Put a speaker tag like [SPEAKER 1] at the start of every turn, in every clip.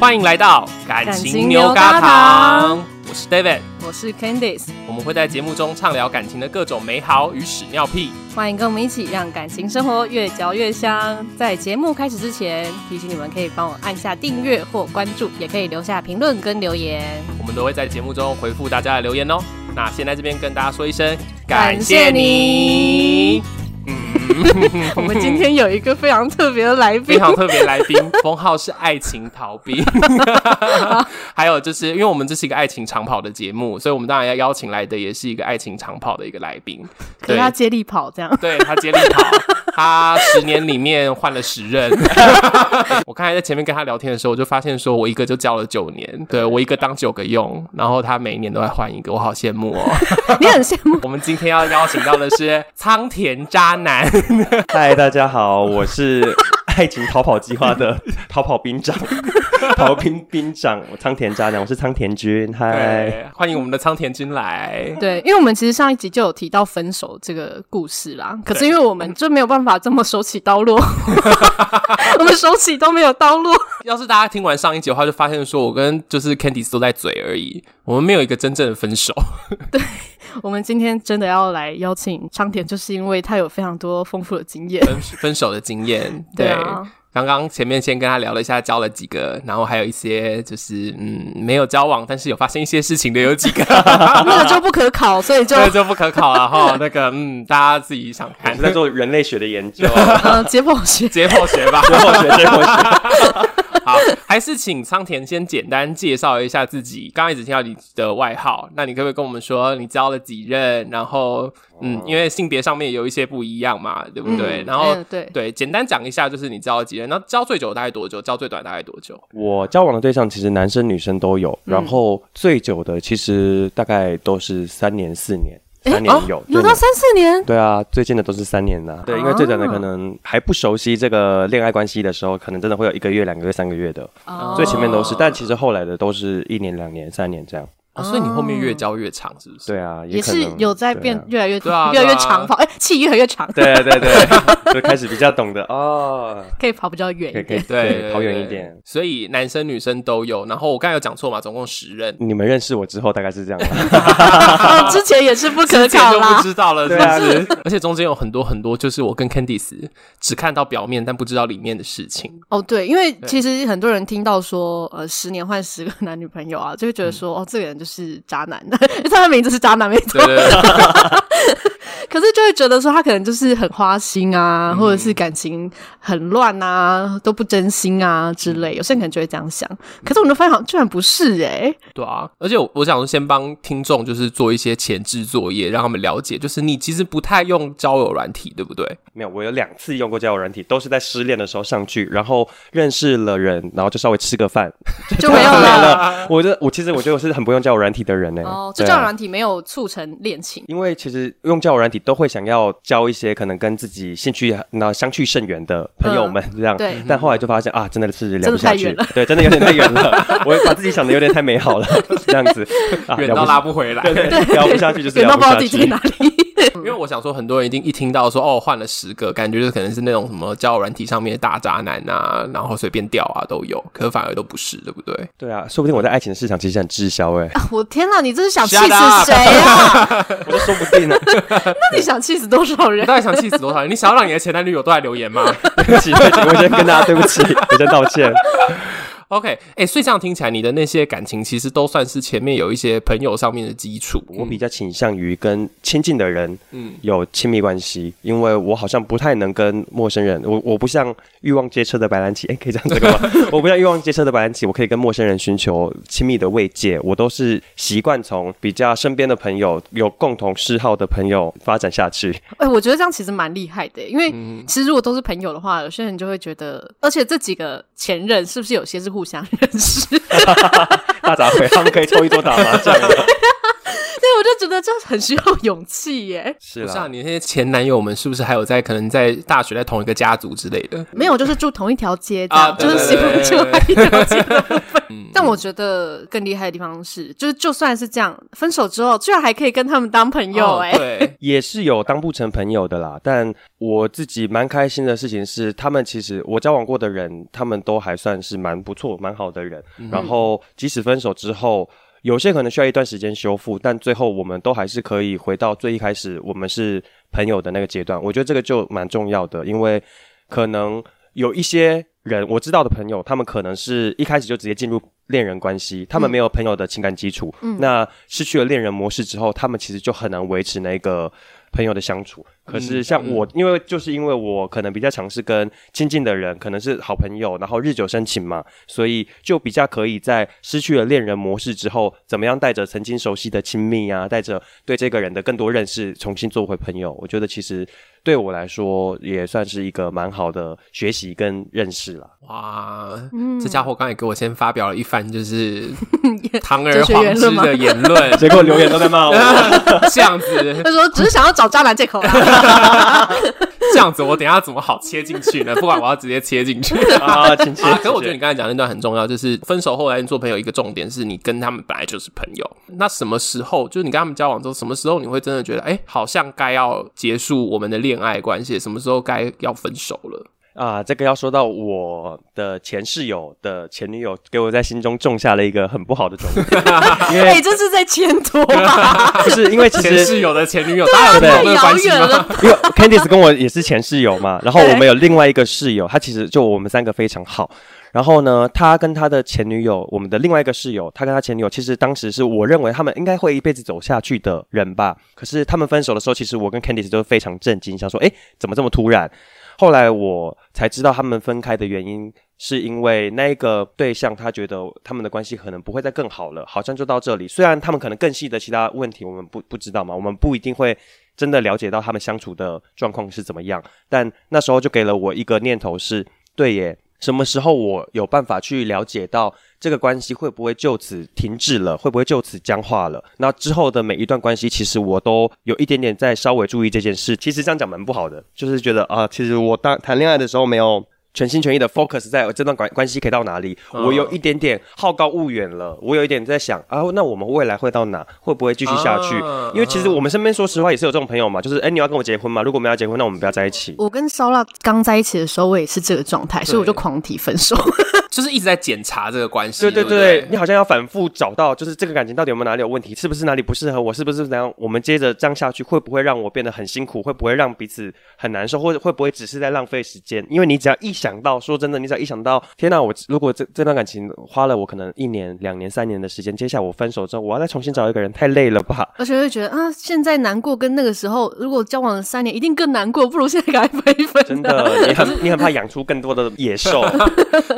[SPEAKER 1] 欢迎来到感情牛轧
[SPEAKER 2] 感情牛轧
[SPEAKER 1] 糖
[SPEAKER 2] 糖，
[SPEAKER 1] 我是 David，
[SPEAKER 2] 我是 Candice，
[SPEAKER 1] 我们会在节目中畅聊感情的各种美好与屎尿屁。
[SPEAKER 2] 欢迎跟我们一起让感情生活越嚼越香。在节目开始之前，提醒你们可以帮我按下订阅或关注，也可以留下评论跟留言。
[SPEAKER 1] 我们都会在节目中回复大家的留言哦。那先在这边跟大家说一声，
[SPEAKER 2] 感谢你。
[SPEAKER 1] 嗯
[SPEAKER 2] 我们今天有一个非常特别的来
[SPEAKER 1] 非
[SPEAKER 2] 宾，
[SPEAKER 1] 常特别来宾，封号是爱情逃 避。还有就是，因为我们这是一个爱情长跑的节目，所以我们当然要邀请来的也是一个爱情长跑的一个来宾。
[SPEAKER 2] 可是他接力跑这样。
[SPEAKER 1] 对他接力跑，他十年里面换了十任。 我刚才在前面跟他聊天的时候，我就发现说我一个就教了九年，对我一个当九个用，然后他每一年都在换一个，我好羡慕 哦。
[SPEAKER 2] 你很羡慕，
[SPEAKER 1] 我们今天要邀请到的是苍田渣男，
[SPEAKER 3] 嗨，大家好，我是爱情逃跑计划的逃跑兵长，逃兵兵长，我苍田渣男，我是苍田君，嗨，
[SPEAKER 1] 对，欢迎我们的苍田君来。
[SPEAKER 2] 对，因为我们其实上一集就有提到分手这个故事啦，可是
[SPEAKER 1] 对
[SPEAKER 2] 因为我们就没有办法这么手起刀落，我们手起都没有刀落，
[SPEAKER 1] 要是大家听完上一集的话，就发现说我跟就是 Candice 都在嘴而已，我们没有一个真正的分手。
[SPEAKER 2] 我们今天真的要来邀请昌田，就是因为他有非常多丰富的经验。
[SPEAKER 1] 分分手的经验。
[SPEAKER 2] 对啊
[SPEAKER 1] 刚刚前面先跟他聊了一下，交了几个，然后还有一些就是嗯没有交往，但是有发生一些事情的有几个，
[SPEAKER 2] 哦那个就不可考，所以就
[SPEAKER 1] 这个就不可考了哈。那个嗯，大家自己想
[SPEAKER 3] 我
[SPEAKER 1] 看
[SPEAKER 3] 是 在做人类学的研究，
[SPEAKER 2] 呃解剖学。
[SPEAKER 1] 解剖学吧。
[SPEAKER 3] 最后学最后学，
[SPEAKER 1] 好，还是请苍田先简单介绍一下自己。刚开始听到你的外号，那你可不可以跟我们说你交了几任？然后嗯，因为性别上面有一些不一样嘛，对不对？
[SPEAKER 2] 嗯
[SPEAKER 1] 然后
[SPEAKER 2] 哎。对，
[SPEAKER 1] 对，简单讲一下，就是你交了几任，然后交最久大概多久，交最短大概多久？
[SPEAKER 3] 我交往的对象其实男生女生都有，
[SPEAKER 2] 嗯
[SPEAKER 3] 然后最久的其实大概都是三年四年，三年有，
[SPEAKER 2] 啊哦有
[SPEAKER 3] 对
[SPEAKER 2] 到三四年，
[SPEAKER 3] 对啊，最近的都是三年啦。对，因为最短的
[SPEAKER 2] 啊
[SPEAKER 3] 可能还不熟悉这个恋爱关系的时候，可能真的会有一个月、两个月、三个月的，
[SPEAKER 2] 哦
[SPEAKER 3] 最前面都是，但其实后来的都是一年、两年、三年这样。
[SPEAKER 2] 嗯
[SPEAKER 1] 哦，所以你后面越交越长，是不是？
[SPEAKER 3] 对啊，
[SPEAKER 2] 也
[SPEAKER 3] 可
[SPEAKER 2] 是
[SPEAKER 3] 能
[SPEAKER 2] 有在变，越来越
[SPEAKER 1] 对啊
[SPEAKER 2] 越来越
[SPEAKER 1] 对啊
[SPEAKER 2] 长跑，哎，气越来越长，
[SPEAKER 3] 对啊对对 对，就开始比较懂得哦，
[SPEAKER 2] 可以跑比较远
[SPEAKER 3] 可以
[SPEAKER 2] 一
[SPEAKER 3] 可以
[SPEAKER 2] 点。
[SPEAKER 1] 对，
[SPEAKER 3] 跑远
[SPEAKER 1] 对
[SPEAKER 3] 一点。。
[SPEAKER 1] 所以男生女生都有。然后我刚才有讲错嘛，总共十任。
[SPEAKER 3] 你们认识我之后大概是这样吧，
[SPEAKER 2] 啊 之前也是不可
[SPEAKER 1] 之前
[SPEAKER 2] 考
[SPEAKER 1] 就不
[SPEAKER 2] 啦，
[SPEAKER 1] 知道了，是
[SPEAKER 3] 对
[SPEAKER 1] 不
[SPEAKER 3] 啊
[SPEAKER 1] 是？ 而且中间有很多很多，就是我跟 Candice 只看到表面，但不知道里面的事情。
[SPEAKER 2] 哦，对，因为其实很多人听到说，呃，十年换十个男女朋友啊，就 会觉得说，哦，这个人就是渣男， 他的名字是渣男没错
[SPEAKER 1] 嗯对，对对，
[SPEAKER 2] 可是就会觉得说他可能就是很花心啊，
[SPEAKER 1] 嗯
[SPEAKER 2] 或者是感情很乱啊，都不真心啊之
[SPEAKER 1] 嗯
[SPEAKER 2] 类，有些人可能就会这样想。可是我们发现好像居然不是诶、
[SPEAKER 1] 对啊。而且我我想说，先帮听众就是做一些前置作业，让他们了解，就是你其实不太用交友软体，对不对？
[SPEAKER 3] 没有，我有两次用过交友软体，都是在失恋的时候上去，然后认识了人，然后就稍微吃个饭，
[SPEAKER 2] 就没有
[SPEAKER 3] 没
[SPEAKER 2] 了。
[SPEAKER 3] 了。我这我其实我觉得我是很不用交友软体的人呢。
[SPEAKER 2] 哦，就
[SPEAKER 3] 对啊
[SPEAKER 2] 交友软体没有促成恋情。
[SPEAKER 3] 因为其实用交友软体都会想要交一些可能跟自己兴趣那相去甚远的朋友们这样，
[SPEAKER 2] 嗯对
[SPEAKER 3] 但后来就发现啊，真的是聊不下去
[SPEAKER 2] 真的太远了，
[SPEAKER 3] 对，真的有点太远了，我把自己想的有点太美好了，这样子，啊、
[SPEAKER 1] 远
[SPEAKER 3] 聊
[SPEAKER 1] 到
[SPEAKER 3] 不
[SPEAKER 1] 拉不回来。
[SPEAKER 3] 对对对聊不下 去就是
[SPEAKER 2] 远到
[SPEAKER 3] 聊
[SPEAKER 2] 不知道
[SPEAKER 3] 下
[SPEAKER 2] 自己在
[SPEAKER 3] 去
[SPEAKER 2] 哪。里。
[SPEAKER 1] 因为我想说，很多人一定一听到说哦换了十个，感觉就可能是那种什么交友软体上面的大渣男啊，然后随便钓啊都有，可反而都不是，对不对？
[SPEAKER 3] 对啊，说不定我在爱情的市场其实很滞销 哎、
[SPEAKER 2] 啊我天哪，你这是想气
[SPEAKER 1] Shut
[SPEAKER 2] 死
[SPEAKER 1] up
[SPEAKER 2] 谁 啊？
[SPEAKER 3] 我都说不定呢、
[SPEAKER 2] 那你想气死多少
[SPEAKER 1] 你
[SPEAKER 2] 人？
[SPEAKER 1] 到底想气死多少人？你想要让你的前男女友都来留言吗
[SPEAKER 3] 对不起，对不起，我先跟大家对不起，我先道歉。
[SPEAKER 1] ？OK，哎、所以这样听起来，你的那些感情其实都算是前面有一些朋友上面的基础。
[SPEAKER 3] 我比较倾向于跟亲近的人
[SPEAKER 1] 嗯
[SPEAKER 3] 有亲密关系，因为我好像不太能跟陌生人，我我不像欲望街车的白兰奇，哎、可以这样这个 吗？我不像欲望街车的白兰奇，我可以跟陌生人寻求亲密的慰藉，我都是习惯从比较身边的朋友、有共同嗜好的朋友发展下去。
[SPEAKER 2] 哎、我觉得这样其实蛮厉害的，欸因为其实如果都是朋友的话，有些人就会觉得，而且这几个前任是不是有些是互相认识？
[SPEAKER 3] 大杂烩，他们可以抽一桌打麻将了。
[SPEAKER 2] 对，我就觉得这很需要勇气耶。
[SPEAKER 3] 是
[SPEAKER 1] 不是
[SPEAKER 3] 啦
[SPEAKER 1] 啊，，你那些前男友们是不是还有在可能在大学在同一个家族之类的？
[SPEAKER 2] 没有，就是住同一条街，这
[SPEAKER 1] 啊
[SPEAKER 2] 样、
[SPEAKER 1] 对
[SPEAKER 2] 就是喜
[SPEAKER 1] 对对
[SPEAKER 2] 欢住同一条街的部分。但我觉得更厉害的地方是，就是就算是这样，分手之后居然还可以跟他们当朋友、
[SPEAKER 1] 哦
[SPEAKER 2] 哎、
[SPEAKER 1] 对，
[SPEAKER 3] 也是有当不成朋友的啦，但我自己蛮开心的事情是，他们其实我交往过的人，他们都还算是蛮不错、蛮好的人。然后即使分手之后，有些可能需要一段时间修复，但最后我们都还是可以回到最一开始我们是朋友的那个阶段。我觉得这个就蛮重要的，因为可能有一些人我知道的朋友，他们可能是一开始就直接进入恋人关系，他们没有朋友的情感基础，那失去了恋人模式之后，他们其实就很难维持那个朋友的相处。可是像我，因为就是因为我可能比较尝试跟亲近的人，可能是好朋友，然后日久生情嘛，所以就比较可以在失去了恋人模式之后，怎么样带着曾经熟悉的亲密啊，带着对这个人的更多认识，重新做回朋友。我觉得其实对我来说也算是一个蛮好的学习跟认识啦。
[SPEAKER 1] 哇，
[SPEAKER 2] 嗯
[SPEAKER 1] 这家伙刚才给我先发表了一番就是堂而
[SPEAKER 2] 哲学
[SPEAKER 1] 皇
[SPEAKER 2] 言
[SPEAKER 1] 之
[SPEAKER 2] 论吗
[SPEAKER 1] 的言论，
[SPEAKER 3] 结果留言都在骂我，
[SPEAKER 1] 这样子，
[SPEAKER 2] 他说只是想要找渣男借口 啦，
[SPEAKER 1] 这样子，我等一下怎么好切进去呢？不管我要直接切进去。
[SPEAKER 3] 啊，亲切。
[SPEAKER 1] 啊，可是我觉得你刚才讲的那段很重要，就是分手后来做朋友，一个重点是你跟他们本来就是朋友。那什么时候，就是你跟他们交往之后，什么时候你会真的觉得，哎、好像该要结束我们的恋爱关系，什么时候该要分手 了？
[SPEAKER 3] 啊，这个要说到我的前室友的前女友，给我在心中种下了一个很不好的种子， 因
[SPEAKER 2] 哎、
[SPEAKER 3] 为
[SPEAKER 2] 这是在牵 拖吧？
[SPEAKER 3] 不是因为其
[SPEAKER 1] 前
[SPEAKER 3] 实
[SPEAKER 1] 室友的前女友，当然有
[SPEAKER 2] 太
[SPEAKER 1] 那个
[SPEAKER 2] 遥
[SPEAKER 1] 关系
[SPEAKER 2] 远
[SPEAKER 1] 吗？
[SPEAKER 2] 了，
[SPEAKER 3] 因为 Candice 跟我也是前室友嘛，然后我们有另外一个室友，他其实就我们三个非常好。然后呢，他跟他的前女友，我们的另外一个室友，他跟他前女友，其实当时是我认为他们应该会一辈子走下去的人吧。可是他们分手的时候，其实我跟 Candice 都非常震惊，想说，哎，怎么这么突然？后来我才知道他们分开的原因，是因为那一个对象他觉得他们的关系可能不会再更好了，好像就到这里。虽然他们可能更细的其他问题我们不不知道嘛，我们不一定会真的了解到他们相处的状况是怎么样，但那时候就给了我一个念头是，对耶。什么时候我有办法去了解到这个关系会不会就此停滞了，会不会就此僵化了？那之后的每一段关系，其实我都有一点点在稍微注意这件事。其实这样讲蛮不好的，就是觉得啊，其实我当谈恋爱的时候没有。全心全意的 focus 在这段关关系可以到哪里，
[SPEAKER 1] 嗯
[SPEAKER 3] 我有一点点好高骛远了，我有一点在想啊，那我们未来会到哪，会不会继续下去？
[SPEAKER 1] 啊
[SPEAKER 3] 因为其实我们身边说实话也是有这种朋友嘛，就是哎、你要跟我结婚吗？如果没有要结婚，那我们不要在一起。
[SPEAKER 2] 我跟烧腊刚在一起的时候，我也是这个状态，所以我就狂提分手。
[SPEAKER 1] 就是一直在检查这个关系，
[SPEAKER 3] 对
[SPEAKER 1] 对
[SPEAKER 3] 对
[SPEAKER 1] 不
[SPEAKER 3] 对， 你好像要反复找到，就是这个感情到底有没有哪里有问题，是不是哪里不适合我，是不是怎样？我们接着这样下去，会不会让我变得很辛苦？会不会让彼此很难受？或者会不会只是在浪费时间？因为你只要一想到，说真的，你只要一想到，天哪、我如果这这段感情花了我可能一年、两年、三年的时间，接下来我分手之后，我要再重新找一个人，太累了吧？
[SPEAKER 2] 而且会觉得啊，现在难过跟那个时候如果交往了三年，一定更难过，不如现在赶快分一分。
[SPEAKER 3] 真 的，你很你很怕养出更多的野 兽。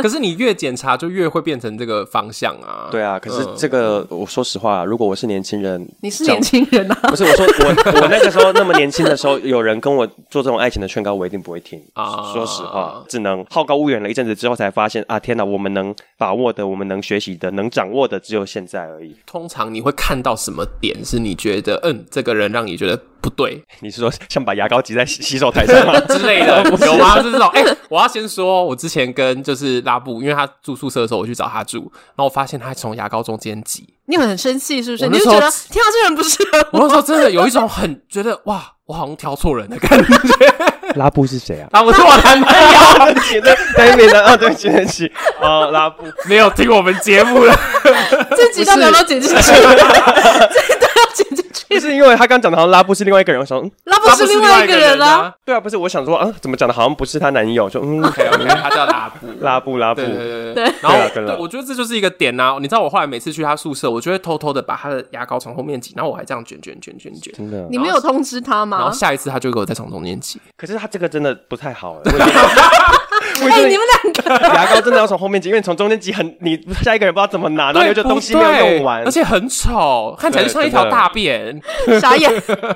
[SPEAKER 1] 可是你越检查，就越会变成这个方向啊。
[SPEAKER 3] 对啊，可是这个我说实话，如果我是年轻人，
[SPEAKER 2] 你是年轻人啊，
[SPEAKER 3] 不是我说我我那个时候那么年轻的时候，有人跟我做这种爱情的劝告，我一定不会听。
[SPEAKER 1] 啊
[SPEAKER 3] 说实话，只能好高骛远了一阵子之后，才发现啊，天哪，我们能把握的，我们能学习的，能掌握的，只有现在而已。
[SPEAKER 1] 通常你会看到什么点是你觉得，嗯，这个人让你觉得不对，
[SPEAKER 3] 你是说像把牙膏挤在洗洗手台上吗？
[SPEAKER 1] 之类的，有吗？就是这种。哎、我要先说，我之前跟就是拉布，因为他住宿舍的时候，我去找他住，然后我发现他从牙膏中间挤，
[SPEAKER 2] 你很生气是不是？
[SPEAKER 1] 我
[SPEAKER 2] 你
[SPEAKER 1] 那
[SPEAKER 2] 就
[SPEAKER 1] 时
[SPEAKER 2] 觉
[SPEAKER 1] 候
[SPEAKER 2] 得天啊，这人不适合
[SPEAKER 1] 我那时候真的有一种很觉得哇，我好像挑错人的感觉。
[SPEAKER 3] 拉布是谁啊？
[SPEAKER 1] 他不是 我男朋友，
[SPEAKER 3] 啊，对不起，对对不起，啊，对不起，对不起，啊，拉布，
[SPEAKER 1] 没有听我们节目了。
[SPEAKER 2] 我，这集到底要不要剪进去？ 这一段要剪进去，
[SPEAKER 3] 不是因为他刚讲的好像拉布是另外一个人，我想，嗯，
[SPEAKER 2] 拉布
[SPEAKER 1] 他
[SPEAKER 2] 是
[SPEAKER 1] 不是
[SPEAKER 2] 另外一 个人啊。
[SPEAKER 1] 啊，
[SPEAKER 3] 对啊，不是，我想说啊，怎么讲的好像不是她男友，就嗯，
[SPEAKER 1] 对我觉得他叫拉布。
[SPEAKER 3] 拉布拉布
[SPEAKER 1] 对，对对对，然
[SPEAKER 3] 对了
[SPEAKER 1] 后
[SPEAKER 3] 对了
[SPEAKER 1] 我觉得这就是一个点呐、啊。你知道我后来每次去他宿舍，我就会偷偷的把他的牙膏从后面挤，然后我还这样卷卷卷卷卷，
[SPEAKER 3] 真的。
[SPEAKER 2] 你没有通知他
[SPEAKER 1] 然后
[SPEAKER 2] 吗？
[SPEAKER 1] 下一次他就给我再从中间挤。
[SPEAKER 3] 可是他这个真的不太好，欸 我也我也
[SPEAKER 2] 哎、
[SPEAKER 3] 真的
[SPEAKER 2] 你们两个
[SPEAKER 3] 牙膏真的要从后面挤，因为你从中间挤很，你下一个人不知道怎么拿，然后
[SPEAKER 1] 对，
[SPEAKER 3] 又就东西没有用完，
[SPEAKER 1] 而且很丑，看起来就像一条大便。
[SPEAKER 2] 傻眼，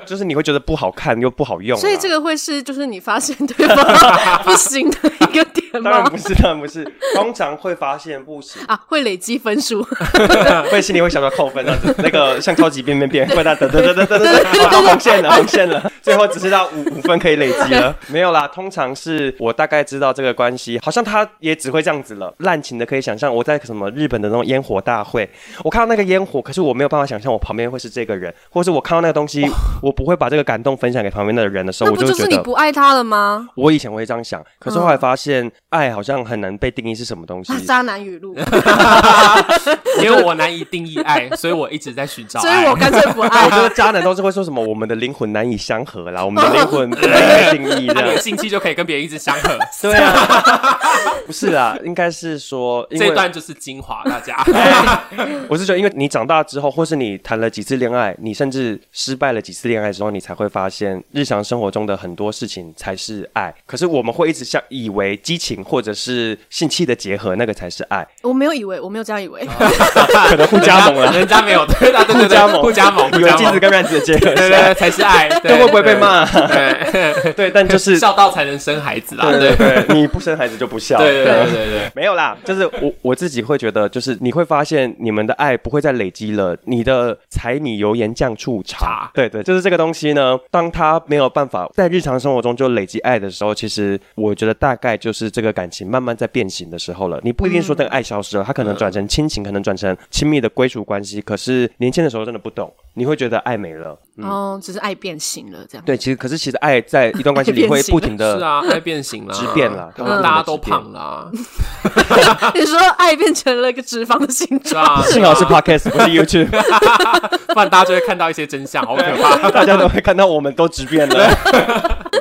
[SPEAKER 3] 就是你会觉得不好看又不好用啊。
[SPEAKER 2] 所以这个会是就是你发现对方 不行的一个点
[SPEAKER 3] 当然
[SPEAKER 2] 吗
[SPEAKER 3] 不？是，当然不 是，通常会发现不行，
[SPEAKER 2] 啊，会累积分数，
[SPEAKER 3] 会心里会想到扣分这样子。那个像超级变变变，会到等等等等等等，哦到红线了，红线了，最后只是到五五分可以累积了。没有啦，通常是我大概知道这个关系，好像他也只会这这样子了。滥情的可以想象，我在什么日本的那种烟火大会，我看到那个烟火，可是我没有办法想象我旁边会是这个人，或是我看到那个东西，我不会把这个感动分享给旁边的人的时候，
[SPEAKER 2] 那
[SPEAKER 3] 我
[SPEAKER 2] 不
[SPEAKER 3] 会
[SPEAKER 2] 就
[SPEAKER 3] 觉
[SPEAKER 2] 是你
[SPEAKER 3] 得。
[SPEAKER 2] 不爱他了吗？
[SPEAKER 3] 我以前会这样想，可是后来发现，爱好像很难被定义是什么东西
[SPEAKER 2] 啊。渣男语 录，
[SPEAKER 1] 因为我难以定义爱， 所以我一直在寻找
[SPEAKER 2] 所以
[SPEAKER 1] 爱
[SPEAKER 2] 我。干脆不
[SPEAKER 3] 我
[SPEAKER 2] 爱。
[SPEAKER 1] 啊
[SPEAKER 3] 觉得渣男都是会说什么“我们的灵魂难以相合”啦，我们的 灵魂不被定义
[SPEAKER 1] 那
[SPEAKER 3] 这
[SPEAKER 1] 你的
[SPEAKER 3] 样。
[SPEAKER 1] 性器就可以跟别人一直相合，
[SPEAKER 3] 对啊， 不是啦，应该是说， 因
[SPEAKER 1] 这
[SPEAKER 3] 为
[SPEAKER 1] 段就是精华，大家。
[SPEAKER 3] 我是觉得，因为你长大之后，或是你谈了几次恋爱，你甚至失败了几次恋爱之后，你才会发现，日常生活中的很多事情才是爱。可是我们会一直像以为激情或者是性气的结合，那个才是爱，
[SPEAKER 2] 我没有以为，我没有这样以为。
[SPEAKER 3] 可能互 加盟了，
[SPEAKER 1] 人家没有，对对对对，
[SPEAKER 3] 互加盟，
[SPEAKER 1] 互加盟，互
[SPEAKER 3] 以为
[SPEAKER 1] 加
[SPEAKER 3] 精子
[SPEAKER 1] 盟，
[SPEAKER 3] 跟卵子的结合
[SPEAKER 1] 对对
[SPEAKER 3] 是爱，
[SPEAKER 1] 对，才是爱，
[SPEAKER 3] 这
[SPEAKER 1] 对，
[SPEAKER 3] 会不会被骂？
[SPEAKER 1] 对？
[SPEAKER 3] 对，但就是
[SPEAKER 1] 对， 孝道才能生孩子啦，
[SPEAKER 3] 对
[SPEAKER 1] 对
[SPEAKER 3] 对对，你不生孩子就不孝。
[SPEAKER 1] 对对对对对。
[SPEAKER 3] 没有 啦，就是我我自己会觉得，就是你会发现你们的爱不会再累积了，你的柴米油盐酱醋茶
[SPEAKER 1] 茶，
[SPEAKER 3] 对对，就是这个东西呢，当它没有办法在日常生活中就累积爱的时候，其实我觉得大概就是这个感情慢慢在变形的时候了。你不一定说这个爱消失了，它可能转成亲情，可能转成亲密的归属关系，可是年轻的时候真的不懂，你会觉得爱没了。
[SPEAKER 2] 哦，只是爱变形了这 样。
[SPEAKER 3] 对，其实可是其实爱在 一段关系里
[SPEAKER 2] 变
[SPEAKER 3] 会
[SPEAKER 2] 形
[SPEAKER 3] 不停的
[SPEAKER 1] 是啊，爱变形了，嗯
[SPEAKER 3] 质变啦它会
[SPEAKER 1] 大家都
[SPEAKER 3] 不停地
[SPEAKER 1] 胖 啦，
[SPEAKER 2] 你说爱变成了一个脂肪的形
[SPEAKER 1] 是
[SPEAKER 2] 状，
[SPEAKER 1] 啊，
[SPEAKER 3] 幸好是 podcast 不是 YouTube，
[SPEAKER 1] 不然大家就会看到一些真相，好可怕。
[SPEAKER 3] 大家都会看到我们都直变了。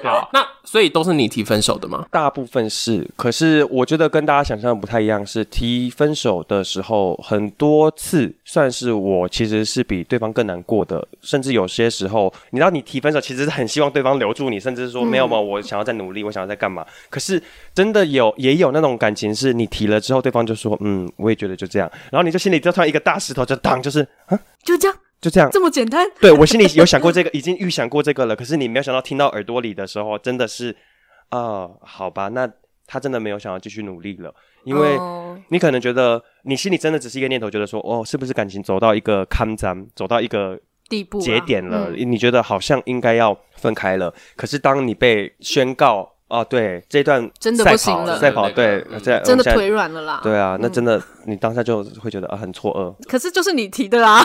[SPEAKER 1] 好，那所以都是你提分手的吗？
[SPEAKER 3] 大部分是，可是我觉得跟大家想象的不太一样，是提分手的时候，很多次算是我其实是比对方更难过的，甚至有些时候，你知道你提分手其实是很希望对方留住你，甚至是说没有嘛，我想要再努力，我想要再干嘛，可是真的有也有那种感情是你提了之后，对方就说嗯，我也觉得就这样，然后你就心里就突然一个大石头就当就是啊
[SPEAKER 2] 就这样
[SPEAKER 3] 就这样，
[SPEAKER 2] 这么简单。
[SPEAKER 3] 对我心里有想过这个，已经预想过这个了。可是你没有想到，听到耳朵里的时候，真的是，啊、好吧，那他真的没有想要继续努力了，因为
[SPEAKER 2] 哦
[SPEAKER 3] 你可能觉得你心里真的只是一个念头，觉得说，哦，是不是感情走到一个坎站，走到一个
[SPEAKER 2] 地步啊
[SPEAKER 3] 节点了，
[SPEAKER 2] 嗯
[SPEAKER 3] 你觉得好像应该要分开了。可是当你被宣告，哦，对，这段
[SPEAKER 2] 真的
[SPEAKER 3] 赛
[SPEAKER 2] 不行
[SPEAKER 3] 跑
[SPEAKER 2] 了
[SPEAKER 3] 赛跑，
[SPEAKER 1] 那个
[SPEAKER 3] 对，
[SPEAKER 1] 嗯
[SPEAKER 3] 这
[SPEAKER 2] 真的。嗯
[SPEAKER 3] 呃我
[SPEAKER 2] 腿
[SPEAKER 3] 现在
[SPEAKER 2] 软了啦。
[SPEAKER 3] 对啊，那真的，你当下就会觉得啊，很错愕。
[SPEAKER 2] 可是就是你提的啦，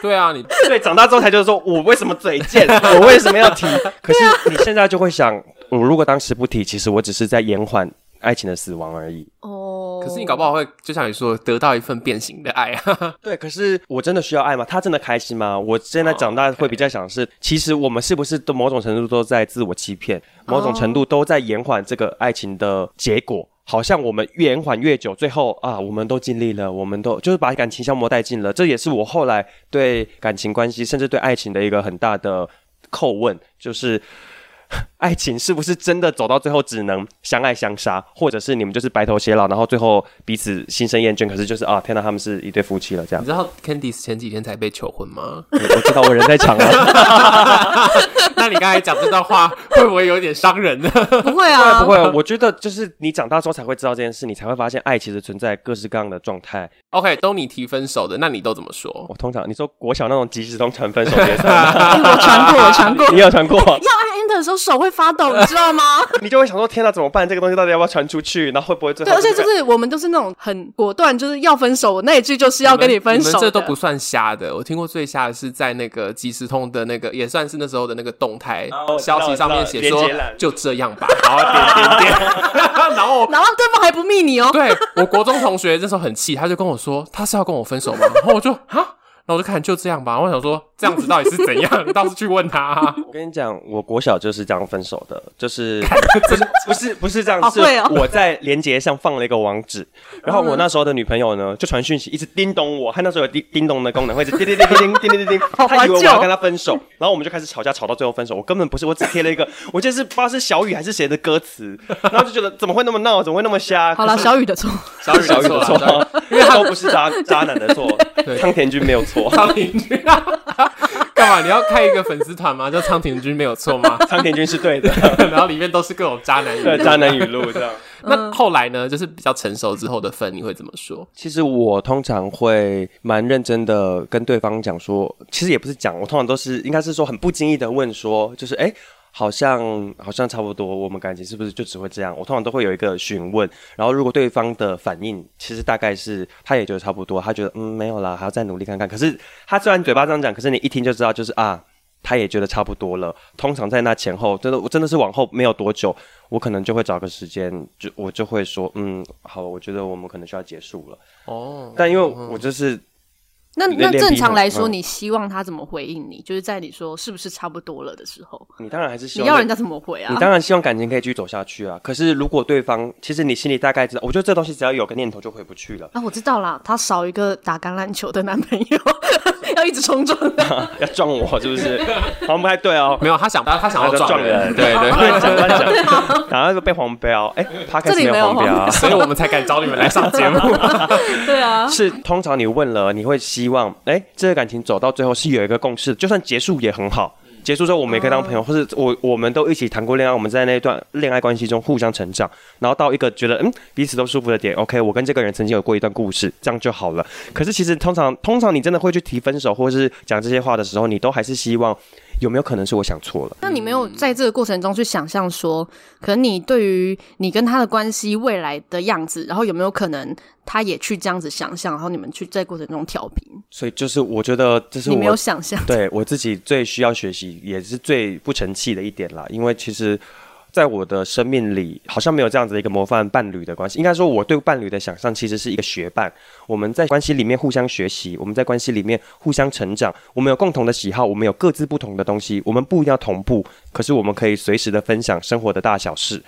[SPEAKER 1] 对啊，你
[SPEAKER 3] 对，长大之后才就是说我为什么嘴 贱，我为什么要提？可是你现在就会想，我如果当时不提，其实我只是在延缓爱情的死亡而已。
[SPEAKER 2] 哦，
[SPEAKER 1] 可是你搞不好会就像你说，得到一份变形的爱啊。
[SPEAKER 3] 对，可是我真的需要爱吗？他真的开心吗？我现在长大会比较想是，其实我们是不是都某种程度都在自我欺骗，某种程度都在延缓这个爱情的结果。好像我们越延缓越久，最后啊，我们都尽力了，我们都就是把感情消磨殆尽了。这也是我后来对感情关系，甚至对爱情的一个很大的叩问，就是爱情是不是真的走到最后只能相爱相杀，或者是你们就是白头偕老，然后最后彼此心生厌倦？可是就是啊，天哪，他们是一对夫妻了，这 样
[SPEAKER 1] 你。知道 Candice 前几天才被求婚吗？
[SPEAKER 3] 我知道我人在场啊 了，
[SPEAKER 1] 那你刚才讲这段话，会不会有点伤人呢？
[SPEAKER 2] 不会
[SPEAKER 3] 当然
[SPEAKER 2] 啊，
[SPEAKER 3] 不会。我觉得就是你长大之后才会知道这件事，你才会发现爱其实存在各式各样的状态。
[SPEAKER 1] OK，都你提分手的，那你都怎么说？
[SPEAKER 3] 我通常你说国小那种即时通传分手决 赛，
[SPEAKER 2] 我传过，我传过。
[SPEAKER 3] 你有传过，
[SPEAKER 2] 要按 enter 的时候手会发抖，你知道吗？
[SPEAKER 3] 你就会想说天哪怎么办？这个东西到底要不要传出去？然后会不会最
[SPEAKER 2] 对，
[SPEAKER 3] 后
[SPEAKER 2] 而且
[SPEAKER 3] 这
[SPEAKER 2] 就
[SPEAKER 3] 个
[SPEAKER 2] 是我们都是那种很果断，就是要分手，我那一句就是要跟
[SPEAKER 1] 你们
[SPEAKER 2] 分
[SPEAKER 1] 你
[SPEAKER 2] 手
[SPEAKER 1] 们
[SPEAKER 2] 的。
[SPEAKER 1] 这都不算瞎的。我听过最瞎的是在那个即时通的那个，也算是那时候的那个动态
[SPEAKER 3] 我知道
[SPEAKER 1] 消息上面写
[SPEAKER 3] 我
[SPEAKER 1] 说
[SPEAKER 3] 知道连接栏
[SPEAKER 1] 就这样吧，然后点点 点，然后。
[SPEAKER 2] 然后对方还不密你哦，
[SPEAKER 1] 对我国中同学那时候很气，他就跟我说他是要跟我分手吗？然后我就哈，然后我就看就这样吧。我想说这样子到底是怎样？你倒是去问他、啊
[SPEAKER 3] 我跟你讲，我国小就是这样分手的，就是
[SPEAKER 1] 真的
[SPEAKER 3] 不是不是这样
[SPEAKER 2] 好，
[SPEAKER 3] 是
[SPEAKER 2] 会哦
[SPEAKER 3] 我在连接上放了一个网址，然后我那时候的女朋友呢就传讯息，一直叮咚我，她那时候有叮叮咚的功能，会一直叮叮叮叮叮叮叮叮叮，
[SPEAKER 2] 好怀
[SPEAKER 3] 她以为我
[SPEAKER 2] 旧
[SPEAKER 3] 要跟她分手，然后我们就开始吵架，吵到最后分手。我根本不是，我只贴了一个，我记得是不知道是小雨还是谁的歌词，然后就觉得怎么会那么闹，怎么会那么瞎？
[SPEAKER 2] 好了，小雨的 错，
[SPEAKER 1] 小雨
[SPEAKER 3] 小雨
[SPEAKER 1] 的错
[SPEAKER 3] 的
[SPEAKER 1] 啦，小
[SPEAKER 3] 错
[SPEAKER 1] 雨，
[SPEAKER 3] 因为都不是渣渣男的错，苍田君没有错，
[SPEAKER 1] 苍田君，干嘛？你要开一个粉丝团吗？叫苍田君没有错吗？
[SPEAKER 3] 苍田君是对的，
[SPEAKER 1] 然后里面都是各种渣男语
[SPEAKER 3] 对
[SPEAKER 1] 录。
[SPEAKER 3] 渣男语录这样。
[SPEAKER 1] 那后来呢？就是比较成熟之后的分，你会怎么说？
[SPEAKER 3] 其实我通常会蛮认真的跟对方讲说，其实也不是讲，我通常都是应该是说很不经意的问说，就是哎。诶好像好像差不多，我们感情是不是就只会这样？我通常都会有一个询问，然后如果对方的反应其实大概是他也觉得差不多，他觉得嗯没有啦，还要再努力看看。可是他虽然嘴巴这样讲，可是你一听就知道就是啊。他也觉得差不多了。通常在那前后，真的我真的是往后没有多久，我可能就会找个时间，就我就会说，嗯，好，我觉得我们可能需要结束了。
[SPEAKER 1] 哦，
[SPEAKER 3] 但因为我就是
[SPEAKER 2] 那
[SPEAKER 3] 你的
[SPEAKER 2] 那
[SPEAKER 3] 脸皮
[SPEAKER 2] 正常来说，
[SPEAKER 3] 很
[SPEAKER 2] 你希望他怎么回应你？就是在你说是不是差不多了的时候，
[SPEAKER 3] 你当然还是希
[SPEAKER 2] 你
[SPEAKER 3] 望
[SPEAKER 2] 要人家怎么回啊
[SPEAKER 3] 你？当然希望感情可以继续走下去啊。可是如果对方，其实你心里大概知道，我觉得这东西只要有个念头就回不去了，
[SPEAKER 2] 啊，我知道啦，他少一个打橄榄球的男朋友， 要一直冲撞 他。
[SPEAKER 3] 要撞我是不是？好像不太对哦。
[SPEAKER 1] 没有，他想他他想要
[SPEAKER 3] 他在
[SPEAKER 1] 撞
[SPEAKER 3] 撞人
[SPEAKER 1] 人，对对 对，
[SPEAKER 3] 乱讲乱讲，然后被黄标，哎、他开
[SPEAKER 2] 啊这
[SPEAKER 3] 始
[SPEAKER 2] 里
[SPEAKER 3] 没
[SPEAKER 2] 没
[SPEAKER 3] 有
[SPEAKER 2] 有
[SPEAKER 3] 黄标啊
[SPEAKER 2] 黄。
[SPEAKER 1] 所以我们才敢找你们来上节目。
[SPEAKER 2] 对啊，
[SPEAKER 3] 是通常你问了，你会希望，哎、这个感情走到最后是有一个共识，就算结束也很好。结束之后，我们也可以当朋友，或是我我们都一起谈过恋爱，我们在那段恋爱关系中互相成长，然后到一个觉得嗯彼此都舒服的点，OK，我跟这个人曾经有过一段故事，这样就好了。可是其实通常通常你真的会去提分手，或是讲这些话的时候，你都还是希望有没有可能是我想错了？
[SPEAKER 2] 那你没有在这个过程中去想象说，可能你对于你跟他的关系未来的样子，然后有没有可能他也去这样子想象，然后你们去在过程中调频？
[SPEAKER 3] 所以就是我觉得这是
[SPEAKER 2] 你没
[SPEAKER 3] 我
[SPEAKER 2] 有想象，
[SPEAKER 3] 对我自己最需要学习，也是最不成器的一点啦。因为其实，在我的生命里，好像没有这样子的一个模范伴侣的关系。应该说，我对伴侣的想象其实是一个学伴。我们在关系里面互相学习，我们在关系里面互相成长。我们有共同的喜好，我们有各自不同的东西，我们不一定要同步，可是我们可以随时的分享生活的大小事。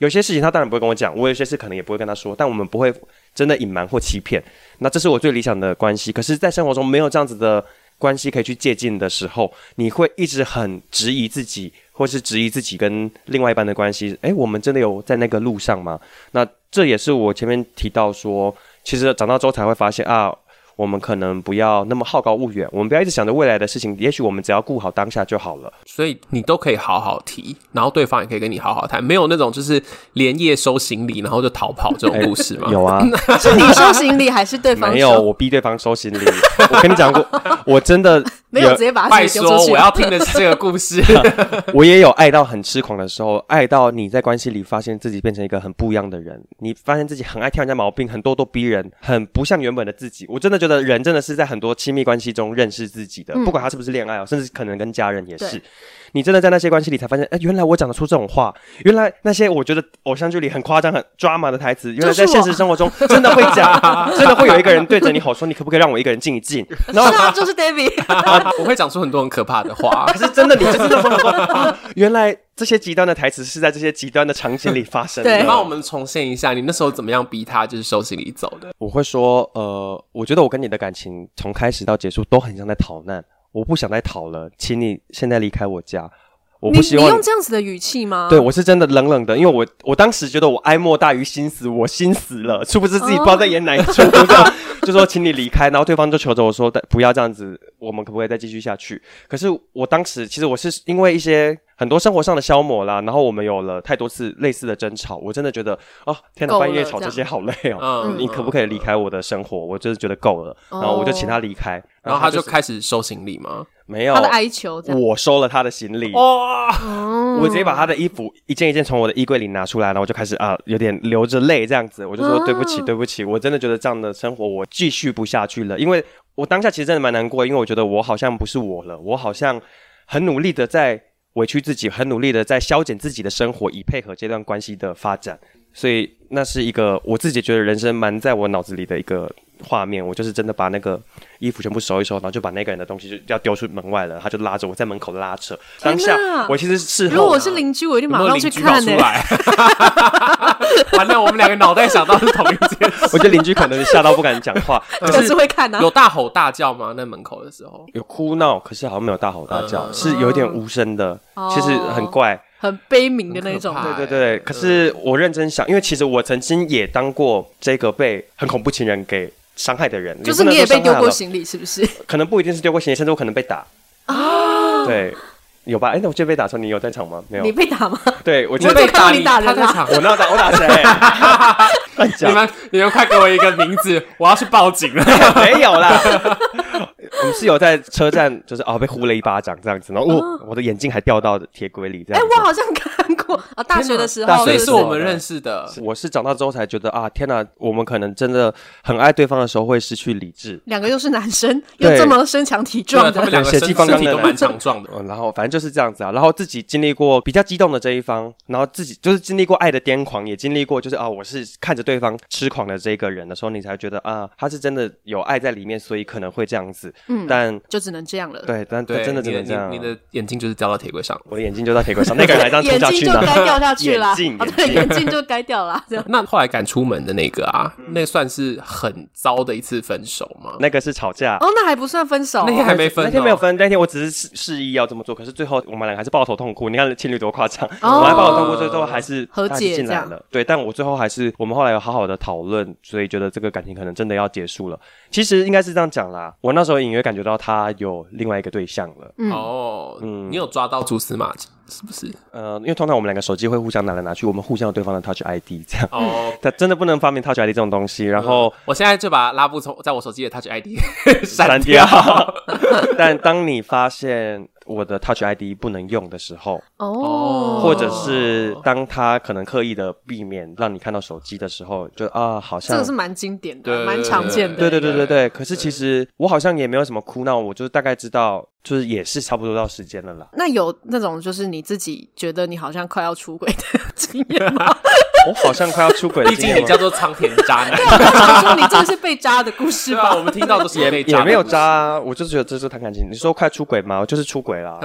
[SPEAKER 3] 有些事情他当然不会跟我讲，我有些事可能也不会跟他说，但我们不会真的隐瞒或欺骗。那这是我最理想的关系。可是，在生活中没有这样子的关系可以去借鉴的时候，你会一直很质疑自己，或是质疑自己跟另外一半的关系。诶，我们真的有在那个路上吗？那这也是我前面提到说，其实长大之后才会发现啊。我们可能不要那么好高骛远，我们不要一直想着未来的事情，也许我们只要顾好当下就好了。
[SPEAKER 1] 所以你都可以好好提，然后对方也可以跟你好好谈，没有那种就是连夜收行李然后就逃跑这种故事嘛。
[SPEAKER 3] 有啊，
[SPEAKER 2] 是你收行李还是对方
[SPEAKER 3] 没有，
[SPEAKER 2] 收？
[SPEAKER 3] 我逼对方收行李。我跟你讲过，我真的
[SPEAKER 2] 没有直接把他
[SPEAKER 1] 快
[SPEAKER 2] 行李啊丢
[SPEAKER 1] 说
[SPEAKER 2] 出，去。
[SPEAKER 1] 我要听的是这个故 事。
[SPEAKER 3] 我也有爱到很痴狂的时候，爱到你在关系里发现自己变成一个很不一样的人，你发现自己很爱挑人家毛病，很咄咄逼人，很不像原本的自己。我真的觉得人真的是在很多亲密关系中认识自己的，不管他是不是恋爱哦，甚至可能跟家人也是
[SPEAKER 2] 对。
[SPEAKER 3] 你真的在那些关系里才发现，哎、原来我讲得出这种话，原来那些我觉得哦偶像剧里很夸张、很 drama 的台词，原来在
[SPEAKER 2] 就是我
[SPEAKER 3] 现实生活中真的会讲，真的会有一个人对着你吼说：“你可不可以让我一个人静一静？”然后
[SPEAKER 2] 是啊，就是 David，
[SPEAKER 1] 我会讲出很多很可怕的话，
[SPEAKER 3] 啊可是真的，你就是这么说 啊！原来这些极端的台词是在这些极端的场景里发生的。
[SPEAKER 2] 对
[SPEAKER 1] 帮我们重现一下，你那时候怎么样逼他就是收行李走的？
[SPEAKER 3] 我会说，呃，我觉得我跟你的感情从开始到结束都很像在逃难，我不想再逃了，请你现在离开我家， 我
[SPEAKER 2] 你
[SPEAKER 3] 不希
[SPEAKER 2] 你
[SPEAKER 3] 望
[SPEAKER 2] 用。这样子的语气吗？
[SPEAKER 3] 对，我是真的冷冷的，因为我我当时觉得我哀莫大于心死，我心死了，殊不知自己不知道在演哪一出，就说就说请你离开，然后对方就求着我说但不要这样子，我们可不可以再继续下去？可是我当时其实我是因为一些很多生活上的消磨啦，然后我们有了太多次类似的争吵，我真的觉得哦，天哪，
[SPEAKER 2] 够了
[SPEAKER 3] 半夜吵这些好累哦，
[SPEAKER 1] 嗯，
[SPEAKER 3] 你可不可以离开我的生活？我就是觉得够了，然后我就请他离开，
[SPEAKER 1] 嗯然后他就
[SPEAKER 3] 开
[SPEAKER 1] 开始收行李吗？
[SPEAKER 3] 没有
[SPEAKER 2] 他的哀求这样。
[SPEAKER 3] 我收了他的行李，
[SPEAKER 2] 哦
[SPEAKER 1] 哇，
[SPEAKER 3] 我直接把他的衣服一件一件从我的衣柜里拿出来，然后我就开始啊，有点流着泪这样子，我就说
[SPEAKER 2] 啊
[SPEAKER 3] 对不起，对不起，我真的觉得这样的生活我继续不下去了，因为我当下其实真的蛮难过，因为我觉得我好像不是我了，我好像很努力的在委屈自己，很努力的在消减自己的生活，以配合这段关系的发展，所以那是一个我自己觉得人生蛮在我脑子里的一个画面，我就是真的把那个衣服全部收一收，然后就把那个人的东西就要丢出门外了，他就拉着我在门口拉扯，当下
[SPEAKER 2] 天哪
[SPEAKER 3] 我其实事后
[SPEAKER 2] 如果我是邻居，我一定
[SPEAKER 1] 有没
[SPEAKER 2] 马
[SPEAKER 1] 有
[SPEAKER 2] 上
[SPEAKER 1] 邻
[SPEAKER 2] 去
[SPEAKER 1] 居搞
[SPEAKER 2] 看
[SPEAKER 1] 出
[SPEAKER 2] 呢、
[SPEAKER 1] 来？ 完了，我们两个脑袋想到是同一件事。
[SPEAKER 3] 我觉得邻居可能吓到不敢讲话，
[SPEAKER 2] 可是会看啊
[SPEAKER 1] 有。大吼大叫吗？那门口的时候，
[SPEAKER 3] 有哭闹，可是好像没有大吼大叫，是有一点无声的，
[SPEAKER 2] 哦
[SPEAKER 3] 其实很怪。
[SPEAKER 2] 很悲鸣的那种
[SPEAKER 1] 很可。怕
[SPEAKER 3] 对对对，可是我认真想，因为其实我曾经也当过这个被很恐怖情人给伤害的人，
[SPEAKER 2] 就是
[SPEAKER 3] 不能
[SPEAKER 2] 你也
[SPEAKER 3] 说
[SPEAKER 2] 被丢
[SPEAKER 3] 伤害
[SPEAKER 2] 过
[SPEAKER 3] 了，
[SPEAKER 2] 行李，是不是？
[SPEAKER 3] 可能不一定是丢过行李，甚至我可能被打。啊，对，有吧？哎，那我记得被打的时候，你有在场吗？没
[SPEAKER 2] 哦你
[SPEAKER 3] 有。哎
[SPEAKER 2] 被打 吗？
[SPEAKER 3] 对，我记
[SPEAKER 2] 你
[SPEAKER 3] 得
[SPEAKER 2] 会
[SPEAKER 3] 被
[SPEAKER 2] 看到你打
[SPEAKER 1] 他
[SPEAKER 2] 人
[SPEAKER 1] 在
[SPEAKER 2] 啊
[SPEAKER 1] 场，
[SPEAKER 3] 我那打我打谁？ 乱
[SPEAKER 1] 你
[SPEAKER 3] 讲。
[SPEAKER 1] 们你们快给我一个名字，我要去报警了。
[SPEAKER 3] 没有啦， 我们是有在车站，就是哦被呼了一巴掌这样子，然后我、哦我的眼镜还掉到铁轨里这
[SPEAKER 2] 哦哎、
[SPEAKER 3] 样子。
[SPEAKER 2] 我好像看 过啊，大学的时
[SPEAKER 3] 大
[SPEAKER 2] 候，
[SPEAKER 1] 所以
[SPEAKER 3] 学的
[SPEAKER 1] 是
[SPEAKER 3] 时
[SPEAKER 1] 我
[SPEAKER 3] 候
[SPEAKER 1] 们认识的。
[SPEAKER 3] 我是长大之后才觉得啊，天哪，我们可能真的很爱对方的时候会失去理智。
[SPEAKER 2] 两个又是男生，又
[SPEAKER 3] 对
[SPEAKER 2] 这么身强体
[SPEAKER 1] 对啊，
[SPEAKER 2] 壮
[SPEAKER 1] 他们
[SPEAKER 2] 的，
[SPEAKER 1] 两个
[SPEAKER 3] 对
[SPEAKER 1] 身
[SPEAKER 3] 血
[SPEAKER 1] 身
[SPEAKER 3] 气方刚
[SPEAKER 1] 体
[SPEAKER 3] 的
[SPEAKER 1] 都
[SPEAKER 3] 人
[SPEAKER 1] 蛮强壮的。
[SPEAKER 3] 嗯，然后反正就是这样子啊，然后自己经历过比较激动的这一方，然后自己就是经历过爱的癫狂，也经历过就是啊，我是看着对方痴狂的这个人的时候，你才觉得啊，他是真的有爱在里面，所以可能会这样子。嗯，但
[SPEAKER 2] 就只能这样了。
[SPEAKER 3] 对，但
[SPEAKER 1] 对，
[SPEAKER 3] 但真的
[SPEAKER 1] 你
[SPEAKER 3] 真
[SPEAKER 1] 的
[SPEAKER 3] 的这样
[SPEAKER 1] 你，的你的眼睛就是掉到铁轨上。
[SPEAKER 3] 我的眼睛就到铁轨上，那个人还这样冲
[SPEAKER 2] 眼
[SPEAKER 3] 下
[SPEAKER 2] 镜
[SPEAKER 3] 去
[SPEAKER 2] 就
[SPEAKER 3] 呢。
[SPEAKER 2] 该掉下去啦。
[SPEAKER 3] 眼镜
[SPEAKER 2] 啊，对，眼
[SPEAKER 3] 眼
[SPEAKER 2] 镜就该掉啦。这样
[SPEAKER 1] 那后来赶出门的那个啊，那算是很糟的一次分手吗？
[SPEAKER 3] 那个是吵架。
[SPEAKER 2] 哦，那还不算分手、
[SPEAKER 1] 那天还没分哦，
[SPEAKER 3] 那天没有分，那天我只是示示意要这么做，可是最后我们两个还是抱头痛哭。你看情侣多夸张，
[SPEAKER 2] 哦
[SPEAKER 3] 我还抱头痛哭，最后还是
[SPEAKER 2] 和解
[SPEAKER 3] 他还是进来
[SPEAKER 2] 这
[SPEAKER 3] 了。对，但我最后还是我们后来有好好的讨论，所以觉得这个感情可能真的要结束了。其实应该是这样讲啦，我那时候隐约感觉到他有另外一个对象了。
[SPEAKER 2] 嗯
[SPEAKER 1] 哦，你有抓到蛛丝马迹是不是？
[SPEAKER 3] 呃，因为通常我们两个手机会互相拿来拿去，我们互相有对方的 Touch ID 这样。
[SPEAKER 1] 哦，呃
[SPEAKER 3] 他真的不能发明 Touch ID 这种东西，然后
[SPEAKER 1] 我现在就把拉布从在我手机的 Touch ID
[SPEAKER 3] 删
[SPEAKER 1] 删
[SPEAKER 3] 掉。 但当你发现我的 Touch ID 不能用的时候，
[SPEAKER 1] 哦
[SPEAKER 3] 或者是当他可能刻意的避免让你看到手机的时候，就啊，好
[SPEAKER 2] 这
[SPEAKER 3] 像
[SPEAKER 2] 个是蛮经典
[SPEAKER 1] 对
[SPEAKER 2] 的，蛮常见的。。
[SPEAKER 3] 对对对对
[SPEAKER 1] 对
[SPEAKER 3] 对。可是其实我好像也没有什么哭闹，我就是大概知道，就是也是差不多到时间了啦
[SPEAKER 2] 那有那种就是你自己觉得你好像快要出轨的经验 吗？
[SPEAKER 3] 我好像快要出轨
[SPEAKER 1] 哦
[SPEAKER 3] 了，
[SPEAKER 1] 毕竟你叫做苍田渣男，
[SPEAKER 2] 我想说你这个是被渣的故 事
[SPEAKER 1] 对吧？
[SPEAKER 2] 吧？
[SPEAKER 1] 我们听到都是被渣
[SPEAKER 3] 也
[SPEAKER 1] 的
[SPEAKER 3] 没有渣啊，我就是觉得这是谈感情。你说快出轨吗？我就是出轨啦。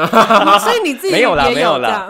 [SPEAKER 2] 所以你自己
[SPEAKER 3] 啊没有啦
[SPEAKER 2] 也
[SPEAKER 3] 没
[SPEAKER 2] 有
[SPEAKER 3] 有
[SPEAKER 2] 这
[SPEAKER 3] 啦
[SPEAKER 2] 样。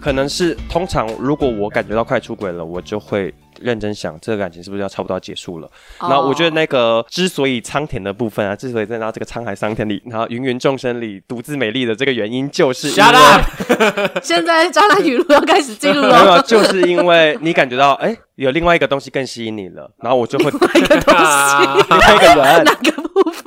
[SPEAKER 3] 可能是通常如果我感觉到快出轨了，我就会认真想这个感情是不是要差不多要结束了。
[SPEAKER 1] 哦
[SPEAKER 3] 然后我觉得那个之所以苍田的部分啊，之所以在到这个沧海桑田里，然后芸芸众生里独自美丽的这个原因，就是因
[SPEAKER 1] Shut
[SPEAKER 3] 为
[SPEAKER 1] up！
[SPEAKER 2] 现在渣男语录要开始进入
[SPEAKER 3] 没有没有，
[SPEAKER 2] 了，
[SPEAKER 3] 就是因为你感觉到哎、有另外一个东西更吸引你了，然后我就会另外一个人
[SPEAKER 2] 哪个部分？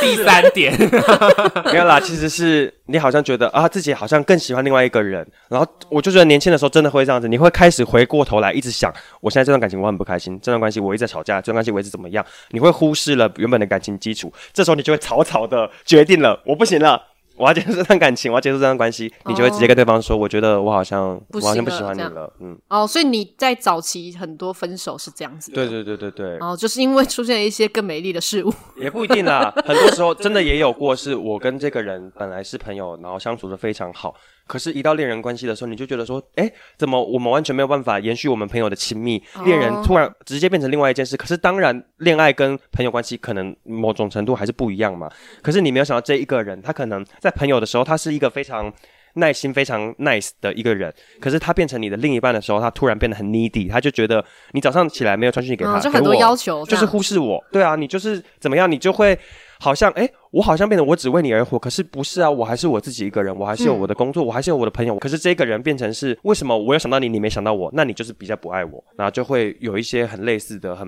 [SPEAKER 1] 第三点，
[SPEAKER 3] 没有啦，其实是你好像觉得啊自己好像更喜欢另外一个人，然后我就觉得年轻的时候真的会这样子，你会开始回过头来一直想，我现在这段感情我很不开心，这段关系我一直在吵架，这段关系我一直怎么样，你会忽视了原本的感情基础，这时候你就会草草的决定了，我不行了。我要结束这段感情，我要结束这段关系，你就会直接跟对方说：“我觉得我好像，
[SPEAKER 2] 哦不
[SPEAKER 3] 我
[SPEAKER 2] 行
[SPEAKER 3] 好像不
[SPEAKER 2] 了
[SPEAKER 3] 喜欢你
[SPEAKER 2] 这样
[SPEAKER 3] 了。”嗯，
[SPEAKER 2] 哦，所以你在早期很多分手是这样子的。
[SPEAKER 3] 对对对对对。
[SPEAKER 2] 哦，就是因为出现了一些更美丽的事物，
[SPEAKER 3] 也不一定啦， 很多时候真的也有过，是我跟这个人本来是朋友，然后相处的非常好，可是，一到恋人关系的时候，你就觉得说，哎、怎么我们完全没有办法延续我们朋友的亲密？恋人突然直接变成另外一件事。可是，当然，恋爱跟朋友关系可能某种程度还是不一样嘛。可是，你没有想到这一个人，他可能在朋友的时候，他是一个非常。耐心非常 nice 的一个人，可是他变成你的另一半的时候，他突然变得很 needy，他就觉得你早上起来没有传讯息给他，
[SPEAKER 2] 嗯就很
[SPEAKER 3] 给
[SPEAKER 2] 多
[SPEAKER 3] 我
[SPEAKER 2] 要求这
[SPEAKER 3] 就是
[SPEAKER 2] 样
[SPEAKER 3] 忽视我。对啊，你就是怎么样，你就会好像哎、诶我好像变得我只为你而活，可是不是啊，我还是我自己一个人，我还是有我的工作，我还是有我的朋友。可是这个人变成是为什么我有想到你，你没想到我，那你就是比较不爱我，然后就会有一些很类似的、很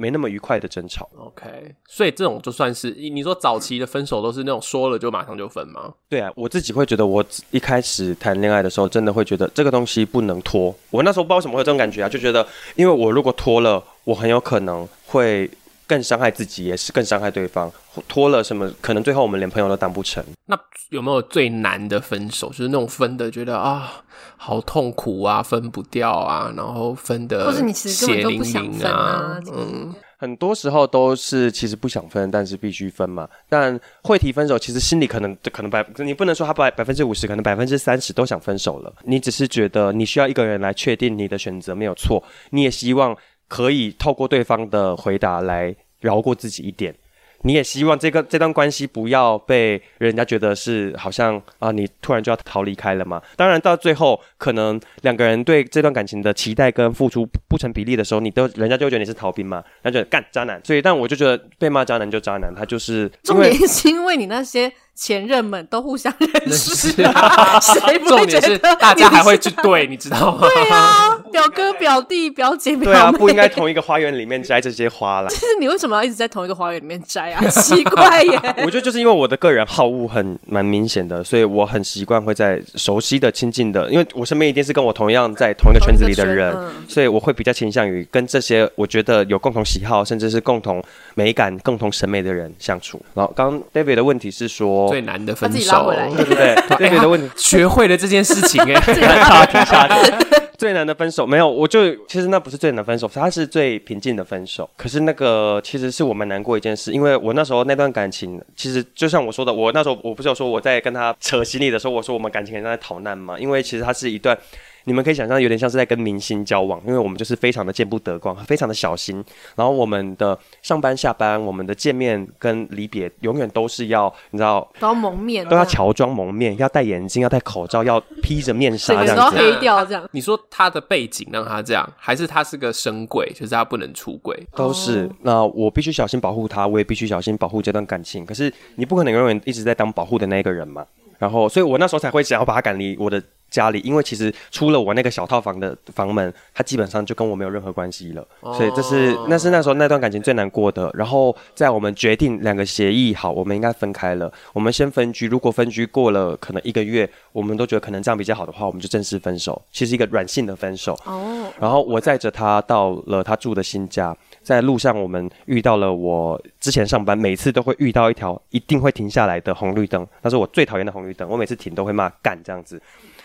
[SPEAKER 3] 没那么愉快的争吵。
[SPEAKER 1] OK，所以这种就算是你说早期的分手都是那种说了就马上就分吗？
[SPEAKER 3] 对啊，我自己会觉得，我一开始谈恋爱的时候，真的会觉得这个东西不能拖。我那时候不知道为什么会有这种感觉啊，就觉得，因为我如果拖了，我很有可能会更伤害自己，也是更伤害对方。拖了什么，可能最后我们连朋友都当不成。
[SPEAKER 1] 那有没有最难的分手？就是那种分的觉得啊，好痛苦啊，分不掉啊，然后分的
[SPEAKER 2] 或者你其实根本都不想
[SPEAKER 1] 血淋
[SPEAKER 2] 分
[SPEAKER 1] 淋啊
[SPEAKER 2] 啊，。
[SPEAKER 1] 嗯，
[SPEAKER 3] 很多时候都是其实不想分，但是必须分嘛。但会提分手，其实心里可能可能百，你不能说他百百分之五十，可能百分之三十都想分手了。你只是觉得你需要一个人来确定你的选择没有错，你也希望可以透过对方的回答来饶过自己一点。你也希望这个这段关系不要被人家觉得是好像啊，你突然就要逃离开了嘛。当然，到最后可能两个人对这段感情的期待跟付出不成比例的时候，你都人家就会觉得你是逃兵嘛，人家觉得干渣男。所以，但我就觉得被骂渣男就渣男，他就是因
[SPEAKER 2] 重
[SPEAKER 3] 为
[SPEAKER 2] 点是因为你那些前任们都互相认识
[SPEAKER 1] 认
[SPEAKER 2] 啊，谁不
[SPEAKER 1] 重
[SPEAKER 2] 会
[SPEAKER 1] 点
[SPEAKER 2] 觉
[SPEAKER 1] 是
[SPEAKER 2] 得
[SPEAKER 1] 大家还会去
[SPEAKER 2] 你是
[SPEAKER 1] 对，你知道吗？
[SPEAKER 2] 对啊，表哥、表弟、表姐、表妹，
[SPEAKER 3] 对啊，不应该同一个花园里面摘这些花啦。
[SPEAKER 2] 就是你为什么要一直在同一个花园里面摘啊？ 奇怪耶！
[SPEAKER 3] 我觉得就是因为我的个人好恶很蛮明显的，所以我很习惯会在熟悉的、亲近的，因为我身边一定是跟我同样在同一个圈子里的人，
[SPEAKER 2] 同一个圈嗯
[SPEAKER 3] 所以我会比较倾向于跟这些我觉得有共同喜好，甚至是共同美感、共同审美的人相处。然后刚刚 David 的问题是说，
[SPEAKER 1] 最难的分
[SPEAKER 4] 把自己拉
[SPEAKER 1] 手
[SPEAKER 4] 回，来
[SPEAKER 3] 对不对？David 的问题
[SPEAKER 1] 学会了这件事情 哎、
[SPEAKER 3] 差题差题。 最难的分手没有，我就其实那不是最难的分手，它是最平静的分手。可是那个其实是我蛮难过一件事，因为我那时候那段感情，其实就像我说的，我那时候我不是有说我在跟他扯行李的时候，我说我们感情很像在逃难嘛，因为其实它是一段。你们可以想象，有点像是在跟明星交往，因为我们就是非常的见不得光，非常的小心。然后我们的上班、下班，我们的见面跟离别，永远都是要你知道，
[SPEAKER 2] 都要蒙面，哦
[SPEAKER 1] 啊
[SPEAKER 3] 都要乔装蒙面，要戴眼镜，要戴口罩，要披着面纱
[SPEAKER 2] 整
[SPEAKER 3] 这
[SPEAKER 2] 个人
[SPEAKER 3] 样子
[SPEAKER 2] 都。要黑掉这样。
[SPEAKER 1] 你说他的背景让他这样，还是他是个神鬼，就是他不能出轨？
[SPEAKER 3] 都是。那我必须小心保护他，我也必须小心保护这段感情。可是你不可能永远一直在当保护的那个人嘛。然后，所以我那时候才会想要把他赶离我的家里，因为其实出了我那个小套房的房门，他基本上就跟我没有任何关系了。所以这是
[SPEAKER 1] 哦
[SPEAKER 3] 那是那时候那段感情最难过的。然后在我们决定两个协议好，我们应该分开了，我们先分居。如果分居过了可能一个月，我们都觉得可能这样比较好的话，我们就正式分手。其实一个软性的分手。
[SPEAKER 2] 哦，
[SPEAKER 3] 然后我载着他到了他住的新家，在路上我们遇到了我之前上班每次都会遇到一条一定会停下来的红绿灯，那是我最讨厌的红绿灯，我每次停都会骂干这样子。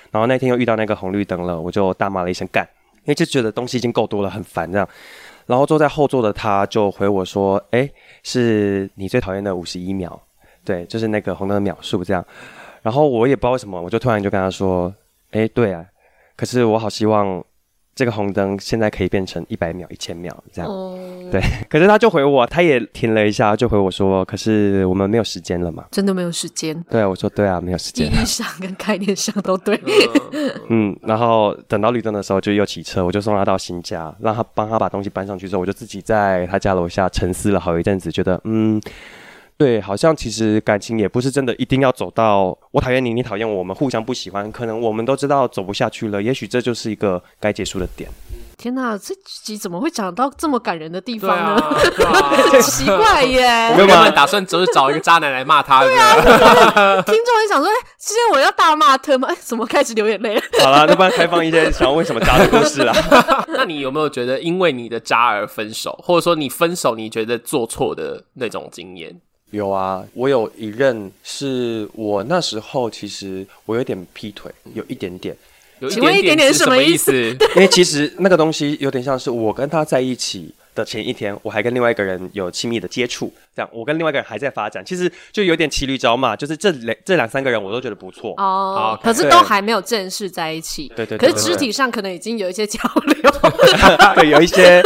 [SPEAKER 3] 然后那天又遇到那个红绿灯了，我就大骂了一声干，因为就觉得东西已经够多了，很烦这样。然后坐在后座的他就回我说：“哎，是你最讨厌的五十一秒，对，就是那个红灯的秒数这样。”然后我也不知道为什么，我就突然就跟他说：“哎，对啊，可是我好希望这个红灯现在可以变成一百秒、一千秒这样。对， 可是他就回我，他也停了一下，就回我说：“可是我们没有时间了嘛。
[SPEAKER 2] 真的没有时间”，
[SPEAKER 3] 对，我说：“对啊，没有时
[SPEAKER 2] 记
[SPEAKER 3] 间。
[SPEAKER 2] 忆上跟概念上都对。
[SPEAKER 3] 嗯，然后等到绿灯的时候，就又骑车，我就送他到新家，让他帮他把东西搬上去之后，我就自己在他家楼下沉思了好一阵子，觉得嗯，对，好像其实感情也不是真的一定要走到我讨厌你，你讨厌我，我们互相不喜欢，可能我们都知道走不下去了，也许这就是一个该结束的点。
[SPEAKER 2] 天哪，这集怎么会讲到这么感人的地
[SPEAKER 1] 对
[SPEAKER 2] 方
[SPEAKER 1] 啊
[SPEAKER 2] 呢？，
[SPEAKER 1] 对 啊
[SPEAKER 2] 奇怪
[SPEAKER 1] 我
[SPEAKER 2] 耶！
[SPEAKER 1] 原本打算就是找一个渣男来骂他的，
[SPEAKER 2] 啊听众也想说，哎，今天我要大骂特吗？哎， 怎么开始流眼泪了？
[SPEAKER 3] 好啦，那不然开放一些想要问什么渣的故事啦。
[SPEAKER 1] 那你有没有觉得因为你的渣而分手，或者说你分手你觉得做错的那种经验？
[SPEAKER 3] 有啊，我有一任是我那时候其实我有点劈腿，有一点点，
[SPEAKER 1] 有
[SPEAKER 2] 请问一
[SPEAKER 1] 点
[SPEAKER 2] 点点
[SPEAKER 1] 是
[SPEAKER 2] 什
[SPEAKER 1] 么
[SPEAKER 2] 么
[SPEAKER 1] 意
[SPEAKER 2] 意思
[SPEAKER 1] 思？
[SPEAKER 3] 因为其实那个东西有点像是我跟他在一起的前一天，我还跟另外一个人有亲密的接触，这样我跟另外一个人还在发展，其实就有点骑驴找马，就是这两这两三个人我都觉得不错。
[SPEAKER 1] 好
[SPEAKER 2] 哦，可是
[SPEAKER 3] 对
[SPEAKER 2] 都还没有正式在一起，
[SPEAKER 3] 对对对
[SPEAKER 2] 可是
[SPEAKER 3] 对
[SPEAKER 2] 肢
[SPEAKER 3] 对
[SPEAKER 2] 体上可能已经有一些交 流，
[SPEAKER 3] 对，有一些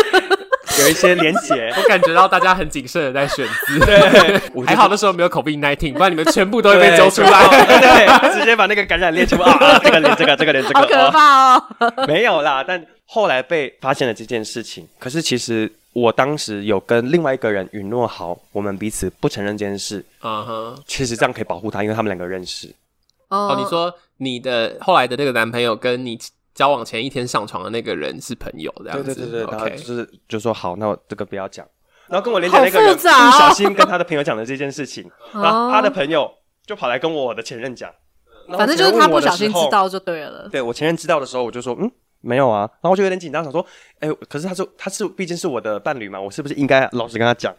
[SPEAKER 3] 有一些连 结。
[SPEAKER 1] 我感觉到大家很谨慎的在选字，
[SPEAKER 3] 我觉
[SPEAKER 1] 还
[SPEAKER 3] 得
[SPEAKER 1] 好那时候没有口 o 1 9不然你们全部都会被揪出来。
[SPEAKER 3] 对，对，直接把那个感染链全部啊啊，这个连这个，这个连这个，
[SPEAKER 2] 好可
[SPEAKER 3] 哦
[SPEAKER 2] 怕哦！
[SPEAKER 3] 没有啦，但后来被发现了这件事情。可是其实我当时有跟另外一个人允诺好，我们彼此不承认这件事。
[SPEAKER 1] 嗯哼，
[SPEAKER 3] 其实这样可以保护他，因为他们两个认识。
[SPEAKER 1] 哦
[SPEAKER 2] 哦，
[SPEAKER 1] 你说你的后来的那个男朋友跟你交往前一天上床的那个人是朋友，这样
[SPEAKER 3] 对
[SPEAKER 1] 子。
[SPEAKER 3] 对对对，然后
[SPEAKER 1] OK
[SPEAKER 3] 就是就说好，那我这个不要讲。然后跟我连讲那个
[SPEAKER 2] 好
[SPEAKER 3] 人
[SPEAKER 2] 复
[SPEAKER 3] 不
[SPEAKER 2] 杂哦
[SPEAKER 3] 小心跟他的朋友讲了这件事情，
[SPEAKER 2] 哦
[SPEAKER 3] 然后他的朋友就跑来跟我的前任讲。然后
[SPEAKER 2] 反正就是他不小
[SPEAKER 3] 前任
[SPEAKER 2] 心
[SPEAKER 3] 问我的时候
[SPEAKER 2] 知道就对了。
[SPEAKER 3] 对我前任知道的时候，我就说嗯没有啊，然后我就有点紧张，想说，哎、可是他是他是毕竟是我的伴侣嘛，我是不是应该老实跟他讲？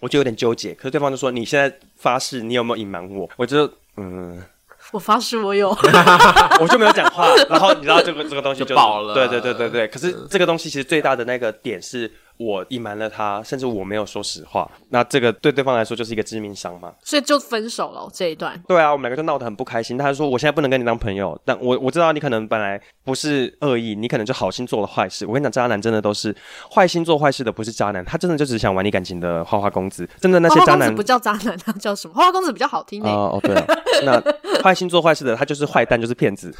[SPEAKER 3] 我就有点纠结，可是对方就说你现在发誓你有没有隐瞒我？我就嗯，
[SPEAKER 2] 我发誓我有，
[SPEAKER 3] 我就没有讲话。然后你知道这个这个东西
[SPEAKER 1] 就
[SPEAKER 3] 就
[SPEAKER 1] 爆了
[SPEAKER 3] 对对对对对。可是这个东西其实最大的那个点是我隐瞒了他，甚至我没有说实话。那这个对对方来说就是一个致命伤嘛。
[SPEAKER 2] 所以就分手了这一段。
[SPEAKER 3] 对啊，我们两个就闹得很不开心。他说我现在不能跟你当朋友，但我我知道你可能本来不是恶意，你可能就好心做了坏事。我跟你讲，渣男真的都是坏心做坏事的，不是渣男，他真的就只是想玩你感情的花花公子。真的那
[SPEAKER 2] 花
[SPEAKER 3] 些
[SPEAKER 2] 花
[SPEAKER 3] 渣
[SPEAKER 2] 公子
[SPEAKER 3] 男
[SPEAKER 2] 不叫渣男，他叫什么？花花公子比较好听呢。
[SPEAKER 3] 哦哦对啊， 那坏心做坏事的，他就是坏蛋，就是骗子，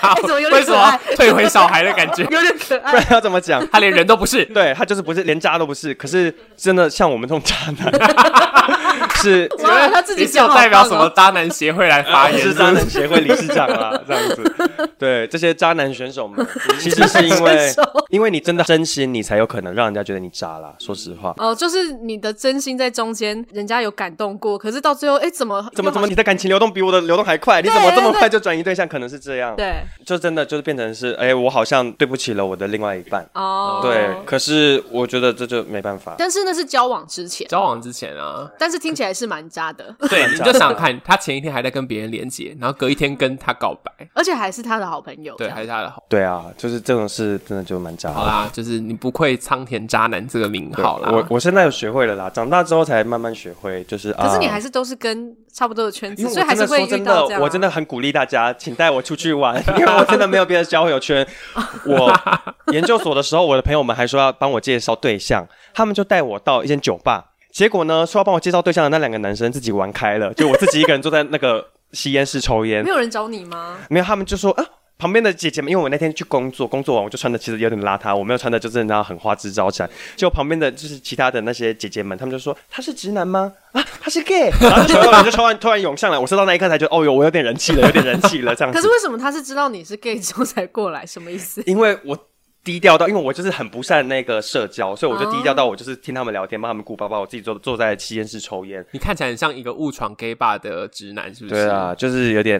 [SPEAKER 2] 哎怎么有
[SPEAKER 1] 为
[SPEAKER 2] 点
[SPEAKER 1] 什
[SPEAKER 2] 可
[SPEAKER 1] 么
[SPEAKER 2] 爱？
[SPEAKER 1] 退回小孩的感觉？
[SPEAKER 2] 有点可
[SPEAKER 3] 不
[SPEAKER 2] 爱。
[SPEAKER 3] 然要怎么讲？
[SPEAKER 1] 他连人都不是。
[SPEAKER 3] 对他就是不是连渣都不是，可是真的像我们这种渣男， 是
[SPEAKER 1] 请问
[SPEAKER 2] 他自己
[SPEAKER 1] 你是有
[SPEAKER 2] 讲好
[SPEAKER 1] 代表
[SPEAKER 2] 棒
[SPEAKER 1] 什么
[SPEAKER 2] 哦
[SPEAKER 1] 渣男协会来发
[SPEAKER 3] 发
[SPEAKER 1] 言？
[SPEAKER 3] 言 是渣男协会理事长啦，这样 子。对这些渣男选手们，其实是因为
[SPEAKER 2] 选手
[SPEAKER 3] 因为你真的真心，你才有可能让人家觉得你渣啦。说实话，
[SPEAKER 2] 哦，就是你的真心在中间，人家有感动过，可是到最后，哎，怎么
[SPEAKER 3] 怎么
[SPEAKER 2] 又
[SPEAKER 3] 怎
[SPEAKER 2] 好
[SPEAKER 3] 么
[SPEAKER 2] 像
[SPEAKER 3] 你的感情流动比我的流动还快？你怎么
[SPEAKER 2] 对
[SPEAKER 3] 这么
[SPEAKER 2] 对
[SPEAKER 3] 快就转移对象？可能是这样，
[SPEAKER 2] 对
[SPEAKER 3] 就真的就是变成是，哎，我好像对不起了我的另外一半。
[SPEAKER 2] 哦，
[SPEAKER 3] 对，可是我觉得这就没办法。
[SPEAKER 2] 但是那是交往之前，
[SPEAKER 1] 交往之前啊，
[SPEAKER 2] 但是听起来是蛮渣的，
[SPEAKER 1] 对，你
[SPEAKER 3] 渣
[SPEAKER 1] 就想看他前一天还在跟别人连接，然后隔一天跟他告白，
[SPEAKER 2] 而且还是他的好朋友。
[SPEAKER 1] 对，
[SPEAKER 2] 这样
[SPEAKER 1] 还是他的好。
[SPEAKER 3] 对啊，就是这种事真的就蛮渣的。
[SPEAKER 1] 好啦，就是你不愧苍田渣男这个名
[SPEAKER 3] 对
[SPEAKER 1] 号啦。
[SPEAKER 3] 我我现在有学会了啦，长大之后才慢慢学会，就是啊。
[SPEAKER 2] 可是你还是都是跟差不多的圈子，
[SPEAKER 3] 因为
[SPEAKER 2] 所以
[SPEAKER 3] 我
[SPEAKER 2] 还
[SPEAKER 3] 真
[SPEAKER 2] 是
[SPEAKER 3] 的
[SPEAKER 2] 会
[SPEAKER 3] 说
[SPEAKER 2] 遇
[SPEAKER 3] 真
[SPEAKER 2] 到
[SPEAKER 3] 的
[SPEAKER 2] 这样啊。，
[SPEAKER 3] 我真的很鼓励大家，请带我出去玩，因为我真的没有别的交友圈。 我研究所的时候，我的朋友们还说要帮我介绍对象，他们就带我到一间酒吧。结果呢，说要帮我介绍对象的那两个男生自己玩开了，就我自己一个人坐在那个吸烟室抽烟
[SPEAKER 2] 没，有人找你 吗？
[SPEAKER 3] 没有，他们就说啊。旁边的姐姐们，因为我那天去工作，工作完我就穿的其实有点邋遢，我没有穿的就是然后很花枝招展。结果旁边的就是其他的那些姐姐们，她们就说他是直男吗？啊，他是 gay。然后所有人就突然突然涌上来，我知道那一刻才觉得哦哟，我有点人气了，有点人气了这样
[SPEAKER 2] 可
[SPEAKER 3] 子
[SPEAKER 2] 是。为什么他是知道你是 gay 之后才过来？什么意思？
[SPEAKER 3] 因为我低调到，因为我就是很不善那个社交，所以我就低调到我就是听他们聊天，帮他们顾包包，我自己坐坐在吸烟室抽烟。
[SPEAKER 1] 你看起来很像一个误闯 gay bar 的直男，是不是？
[SPEAKER 3] 对啊，就是有点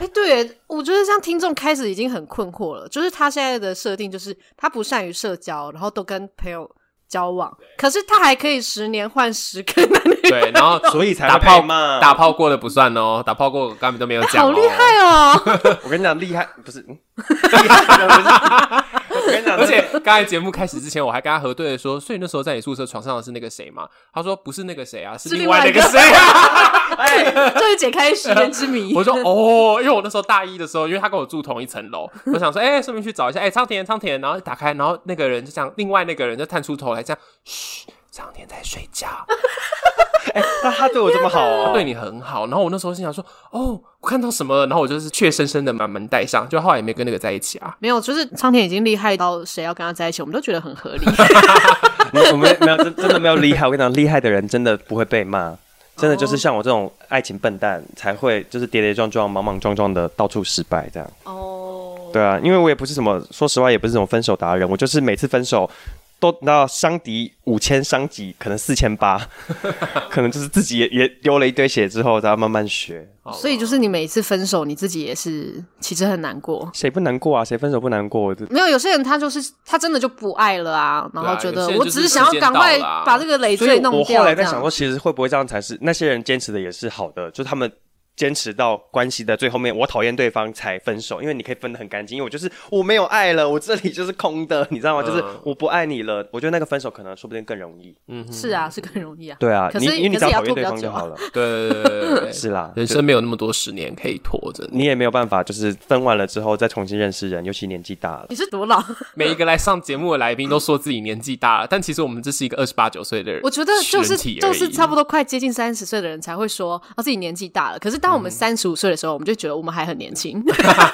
[SPEAKER 2] 哎，对，我觉得像听众开始已经很困惑了，就是他现在的设定就是他不善于社交，然后都跟朋友交往，可是他还可以十年换十个男女朋友，
[SPEAKER 1] 对，然后
[SPEAKER 3] 所以才会
[SPEAKER 1] 打炮
[SPEAKER 3] 被骂
[SPEAKER 1] 打炮过的不算哦，打炮过我根本都没有讲、哦
[SPEAKER 2] 好厉！害哦！
[SPEAKER 3] 我跟你讲，厉害不是， 嗯厉害的不是我跟你讲，
[SPEAKER 1] 而 且刚才节目开始之前，我还跟他核对了说，所以那时候在你宿舍床上的是那个谁吗？他说不是那个谁啊，是
[SPEAKER 2] 是
[SPEAKER 1] 另外那
[SPEAKER 2] 另外一个
[SPEAKER 1] 个谁啊。
[SPEAKER 2] 终于解开十年之 谜。
[SPEAKER 1] 我说哦，因为我那时候大一的时候，因为他跟我住同一层楼，我想说，哎、顺便去找一下，哎、苍田，苍田，然后打开，然后那个人就这样，另外那个人就探出头来，这样，嘘，苍田在睡觉，
[SPEAKER 3] 那他对我这么好哦
[SPEAKER 1] 他，对你很好。然后我那时候心想说，哦，我看到什么了？然后我就是怯生生的把门带上，就后来也没跟那个在一起啊。
[SPEAKER 2] 没有，就是苍田已经厉害到谁要跟他在一起，我们都觉得很合理。
[SPEAKER 3] 我我没没有真真的没有厉害，我跟你讲，厉害的人真的不会被骂，真的就是像我这种爱情笨蛋才会就是跌跌撞撞、莽莽撞撞的到处失败这样。
[SPEAKER 2] 哦，
[SPEAKER 3] 对啊，因为我也不是什么，说实话也不是什么分手达人，我就是每次分手都那伤敌五千，伤己可能四千八，可能就是自己也也丢了一堆血之后，然后慢慢学。
[SPEAKER 1] 哦
[SPEAKER 2] 所以就是你每一次分手，你自己也是其实很难过。
[SPEAKER 3] 谁不难过啊？谁分手不难过？我就
[SPEAKER 2] 没有，有些人他就是他真的就不爱了啊，然
[SPEAKER 1] 对
[SPEAKER 2] 后
[SPEAKER 1] 啊
[SPEAKER 2] 觉
[SPEAKER 1] 有
[SPEAKER 2] 得
[SPEAKER 1] 些人
[SPEAKER 2] 我
[SPEAKER 1] 就
[SPEAKER 2] 只
[SPEAKER 1] 是
[SPEAKER 2] 想
[SPEAKER 1] 时
[SPEAKER 2] 要
[SPEAKER 1] 间
[SPEAKER 2] 赶
[SPEAKER 1] 到
[SPEAKER 2] 快
[SPEAKER 1] 了啊
[SPEAKER 2] 把这个累
[SPEAKER 3] 所以
[SPEAKER 2] 赘弄
[SPEAKER 3] 我
[SPEAKER 2] 掉。
[SPEAKER 3] 后来在
[SPEAKER 2] 这样
[SPEAKER 3] 想说，其实会不会这样才是那些人坚持的也是好的，就是他们。坚持到关系的最后面，我讨厌对方才分手，因为你可以分得很干净，因为我就是我没有爱了，我这里就是空的，你知道吗？就是
[SPEAKER 1] 嗯
[SPEAKER 3] 我不爱你了，我觉得那个分手可能说不定更 容易。
[SPEAKER 2] 是啊，是更容易啊。
[SPEAKER 3] 对啊，
[SPEAKER 2] 可
[SPEAKER 3] 你
[SPEAKER 2] 是
[SPEAKER 3] 因为你
[SPEAKER 2] 可
[SPEAKER 3] 只
[SPEAKER 2] 是也要
[SPEAKER 3] 讨
[SPEAKER 2] 拖
[SPEAKER 3] 厌
[SPEAKER 2] 比
[SPEAKER 3] 对
[SPEAKER 2] 较
[SPEAKER 3] 方就
[SPEAKER 2] 久
[SPEAKER 3] 好
[SPEAKER 2] 啊。
[SPEAKER 3] 了，
[SPEAKER 1] 对对对 对对，
[SPEAKER 3] 是啦
[SPEAKER 1] 人生没有那么多十年可以拖着。
[SPEAKER 3] 你也没有办法，就是分完了之后再重新认识人，尤其年纪大 了。
[SPEAKER 2] 你是多老？
[SPEAKER 1] 每一个来上节目的来宾都说自己年纪大了，但其实我们这是一个二十八九岁的人，
[SPEAKER 2] 我觉得就
[SPEAKER 1] 群
[SPEAKER 2] 是
[SPEAKER 1] 体而
[SPEAKER 2] 就
[SPEAKER 1] 已
[SPEAKER 2] 是差不多快接近三十岁的人才会说，啊自己年纪大了。可是当我
[SPEAKER 1] 嗯
[SPEAKER 2] 们三十五岁的时候，我们就觉得我们还很年轻。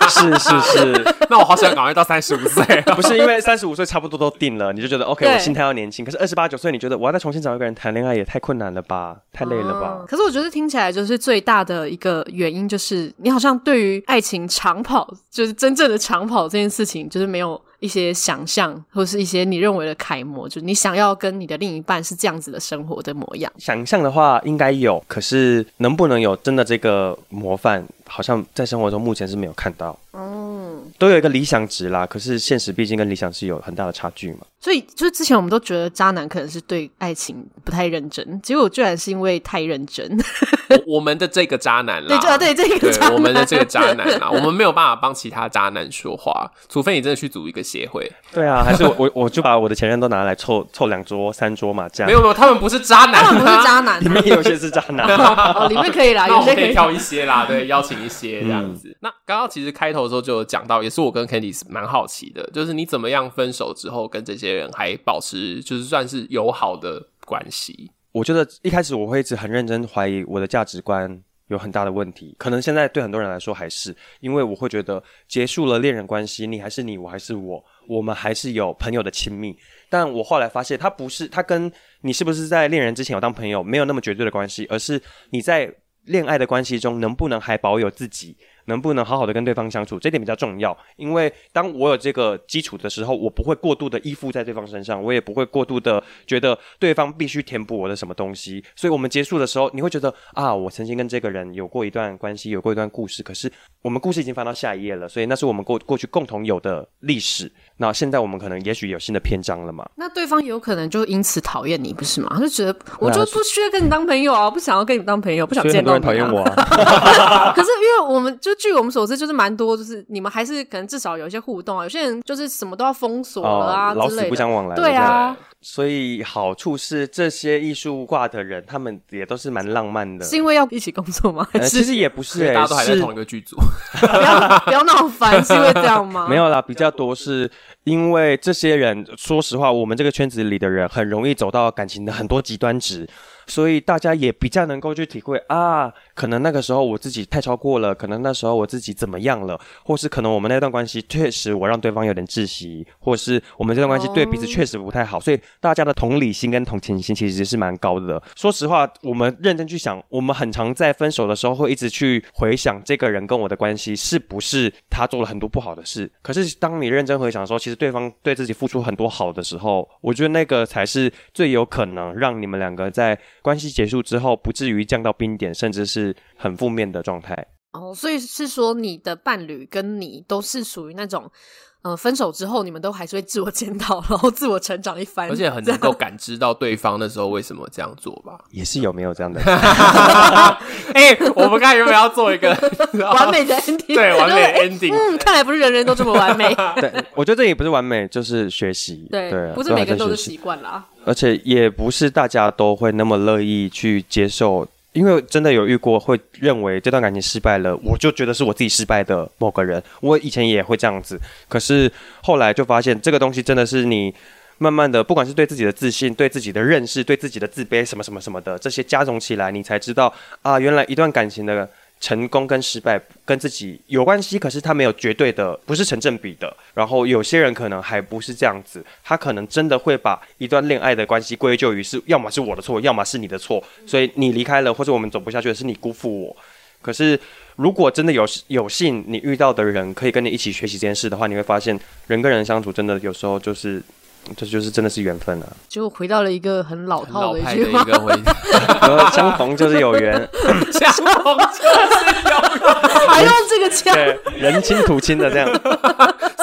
[SPEAKER 3] 是 是是，
[SPEAKER 1] 那我好想赶快到三十五岁啊！
[SPEAKER 3] 不是因为三十五岁差不多都定了，你就觉得 OK，
[SPEAKER 2] 对
[SPEAKER 3] 我心态要年轻。可是二十八九岁，你觉得我要再重新找一个人谈恋爱也太困难了吧，太累了吧？
[SPEAKER 2] 可是我觉得听起来就是最大的一个原因，就是你好像对于爱情长跑，就是真正的长跑这件事情，就是没有一些想象或是一些你认为的楷模，就是你想要跟你的另一半是这样子的生活的模样。
[SPEAKER 3] 想象的话应该有，可是能不能有真的这个模范，好像在生活中目前是没有看到。嗯，都有一个理想值啦，可是现实毕竟跟理想是有很大的差距嘛。
[SPEAKER 2] 所以就是之前我们都觉得渣男可能是对爱情不太认真，结果居然是因为太认真。
[SPEAKER 1] 我我们的这个渣男啦，
[SPEAKER 2] 对，就啊，对这个
[SPEAKER 1] 对
[SPEAKER 2] 渣男，
[SPEAKER 1] 我们的这个渣男啦，我们没有办法帮其他渣男说话，除非你真的去组一个协会。
[SPEAKER 3] 对啊， 还是我我我就把我的前任都拿来凑凑两桌三桌嘛，这样
[SPEAKER 1] 没有没有，他们不是渣男、啊，
[SPEAKER 2] 当然不是渣男
[SPEAKER 3] 里面也有些是渣男。
[SPEAKER 2] 啊，哦，里面可以啦，
[SPEAKER 1] 那
[SPEAKER 2] 有
[SPEAKER 1] 我
[SPEAKER 2] 些
[SPEAKER 1] 们
[SPEAKER 2] 可
[SPEAKER 1] 可
[SPEAKER 2] 以
[SPEAKER 1] 以。挑一些啦，对，邀请一些这
[SPEAKER 3] 嗯
[SPEAKER 1] 样子。那刚刚其实开头的时候就有讲到，也是我跟 Candy 是蛮好奇的，就是你怎么样分手之后跟这些人还保持就是算是友好的关系？
[SPEAKER 3] 我觉得一开始我会一直很认真怀疑我的价值观有很大的问题。可能现在对很多人来说还是，因为我会觉得结束了恋人关系，你还是你，我还是我，我们还是有朋友的亲密。但我后来发现，它不是它跟你是不是在恋人之前有当朋友没有那么绝对的关系，而是你在恋爱的关系中能不能还保有自己，能不能好好的跟对方相处，这点比较重要。因为当我有这个基础的时候，我不会过度的依附在对方身上，我也不会过度的觉得对方必须填补我的什么东西。所以我们结束的时候，你会觉得啊，我曾经跟这个人有过一段关系，有过一段故事，可是我们故事已经翻到下一页了，所以那是我们过过去共同有的历史。那现在我们可能也许有新的篇章了嘛？
[SPEAKER 2] 那对方有可能就因此讨厌你，不是吗？他就觉得我就不需要跟你当朋友啊，不想要跟你当朋友，不想
[SPEAKER 3] 所以
[SPEAKER 2] 见
[SPEAKER 3] 很多
[SPEAKER 2] 到
[SPEAKER 3] 人
[SPEAKER 2] 你、啊。
[SPEAKER 3] 讨厌我、啊。
[SPEAKER 2] 可是因为我们就据我们所知，就是蛮多，就是你们还是可能至少有一些互动啊。有些人就是什么都要封锁 了啊、
[SPEAKER 3] 哦，老
[SPEAKER 2] 之
[SPEAKER 3] 死
[SPEAKER 2] 类
[SPEAKER 3] 不
[SPEAKER 2] 的。
[SPEAKER 3] 相往来。
[SPEAKER 2] 对啊，
[SPEAKER 3] 所以好处是这些艺术挂的人，他们也都是蛮浪漫的。
[SPEAKER 2] 是因为要一起工作 吗？还
[SPEAKER 3] 呃、其
[SPEAKER 2] 是
[SPEAKER 3] 实也不是、欸，
[SPEAKER 1] 大家都还在
[SPEAKER 3] 是
[SPEAKER 1] 同一个剧组，
[SPEAKER 2] 不要不要闹翻？是因为这样吗？
[SPEAKER 3] 没有啦，比较多是因为这些人，说实话，我们这个圈子里的人很容易走到感情的很多极端值，所以大家也比较能够去体会啊，可能那个时候我自己太超过了，可能那时候我自己怎么样了，或是可能我们那段关系确实我让对方有点窒息，或是我们这段关系对彼此确实不太好，所以大家的同理心跟同情心其实是蛮高的。说实话，我们认真去想，我们很常在分手的时候会一直去回想这个人跟我的关系是不是他做了很多不好的事。可是当你认真回想的时候，其实对方对自己付出很多好的时候，我觉得那个才是最有可能让你们两个在关系结束之后不至于降到冰点，甚至是很负面的状态。
[SPEAKER 2] 哦，所以是说你的伴侣跟你都是属于那种，呃，分手之后你们都还是会自我检讨，然后自我成长一番，
[SPEAKER 1] 而且很
[SPEAKER 2] 这
[SPEAKER 1] 能
[SPEAKER 2] 样
[SPEAKER 1] 够感知到对方那时候为什么这样做 吧。
[SPEAKER 3] 也是有没有这样的？
[SPEAKER 1] 哎、我们刚才原本要做一个
[SPEAKER 2] 完美的 ending，
[SPEAKER 1] 对 完美的
[SPEAKER 2] 就是哎
[SPEAKER 1] ending
[SPEAKER 2] 嗯，看来不是人人都这么完美，
[SPEAKER 3] 对，我觉得这也不是完美，就是学习。
[SPEAKER 2] 对，
[SPEAKER 3] 啊
[SPEAKER 2] 不是每个人都
[SPEAKER 3] 还
[SPEAKER 2] 是
[SPEAKER 3] 在学
[SPEAKER 2] 习
[SPEAKER 3] 习
[SPEAKER 2] 惯啦。
[SPEAKER 3] 而且也不是大家都会那么乐意去接受，因为真的有遇过会认为这段感情失败了，我就觉得是我自己失败的某个人。我以前也会这样子，可是后来就发现这个东西真的是你。慢慢的，不管是对自己的自信、对自己的认识、对自己的自卑，什么什么什么的，这些加总起来，你才知道啊，原来一段感情的成功跟失败跟自己有关系，可是它没有绝对的，不是成正比的。然后有些人可能还不是这样子，他可能真的会把一段恋爱的关系归咎于是，要么是我的错，要么是你的错，所以你离开了，或者我们走不下去了，是你辜负我。可是，如果真的有有幸你遇到的人可以跟你一起学习这件事的话，你会发现人跟人相处真的有时候就是，这就是真的是缘分啊。
[SPEAKER 2] 结果回到了一个很老
[SPEAKER 1] 很
[SPEAKER 2] 套
[SPEAKER 1] 老
[SPEAKER 2] 的一
[SPEAKER 1] 派的
[SPEAKER 2] 句
[SPEAKER 1] 一
[SPEAKER 2] 话，
[SPEAKER 1] 个回 答，
[SPEAKER 3] 然后相逢就是有 缘，
[SPEAKER 1] 相逢就是有
[SPEAKER 2] 还用这个腔，
[SPEAKER 3] 对，人亲土亲的这样。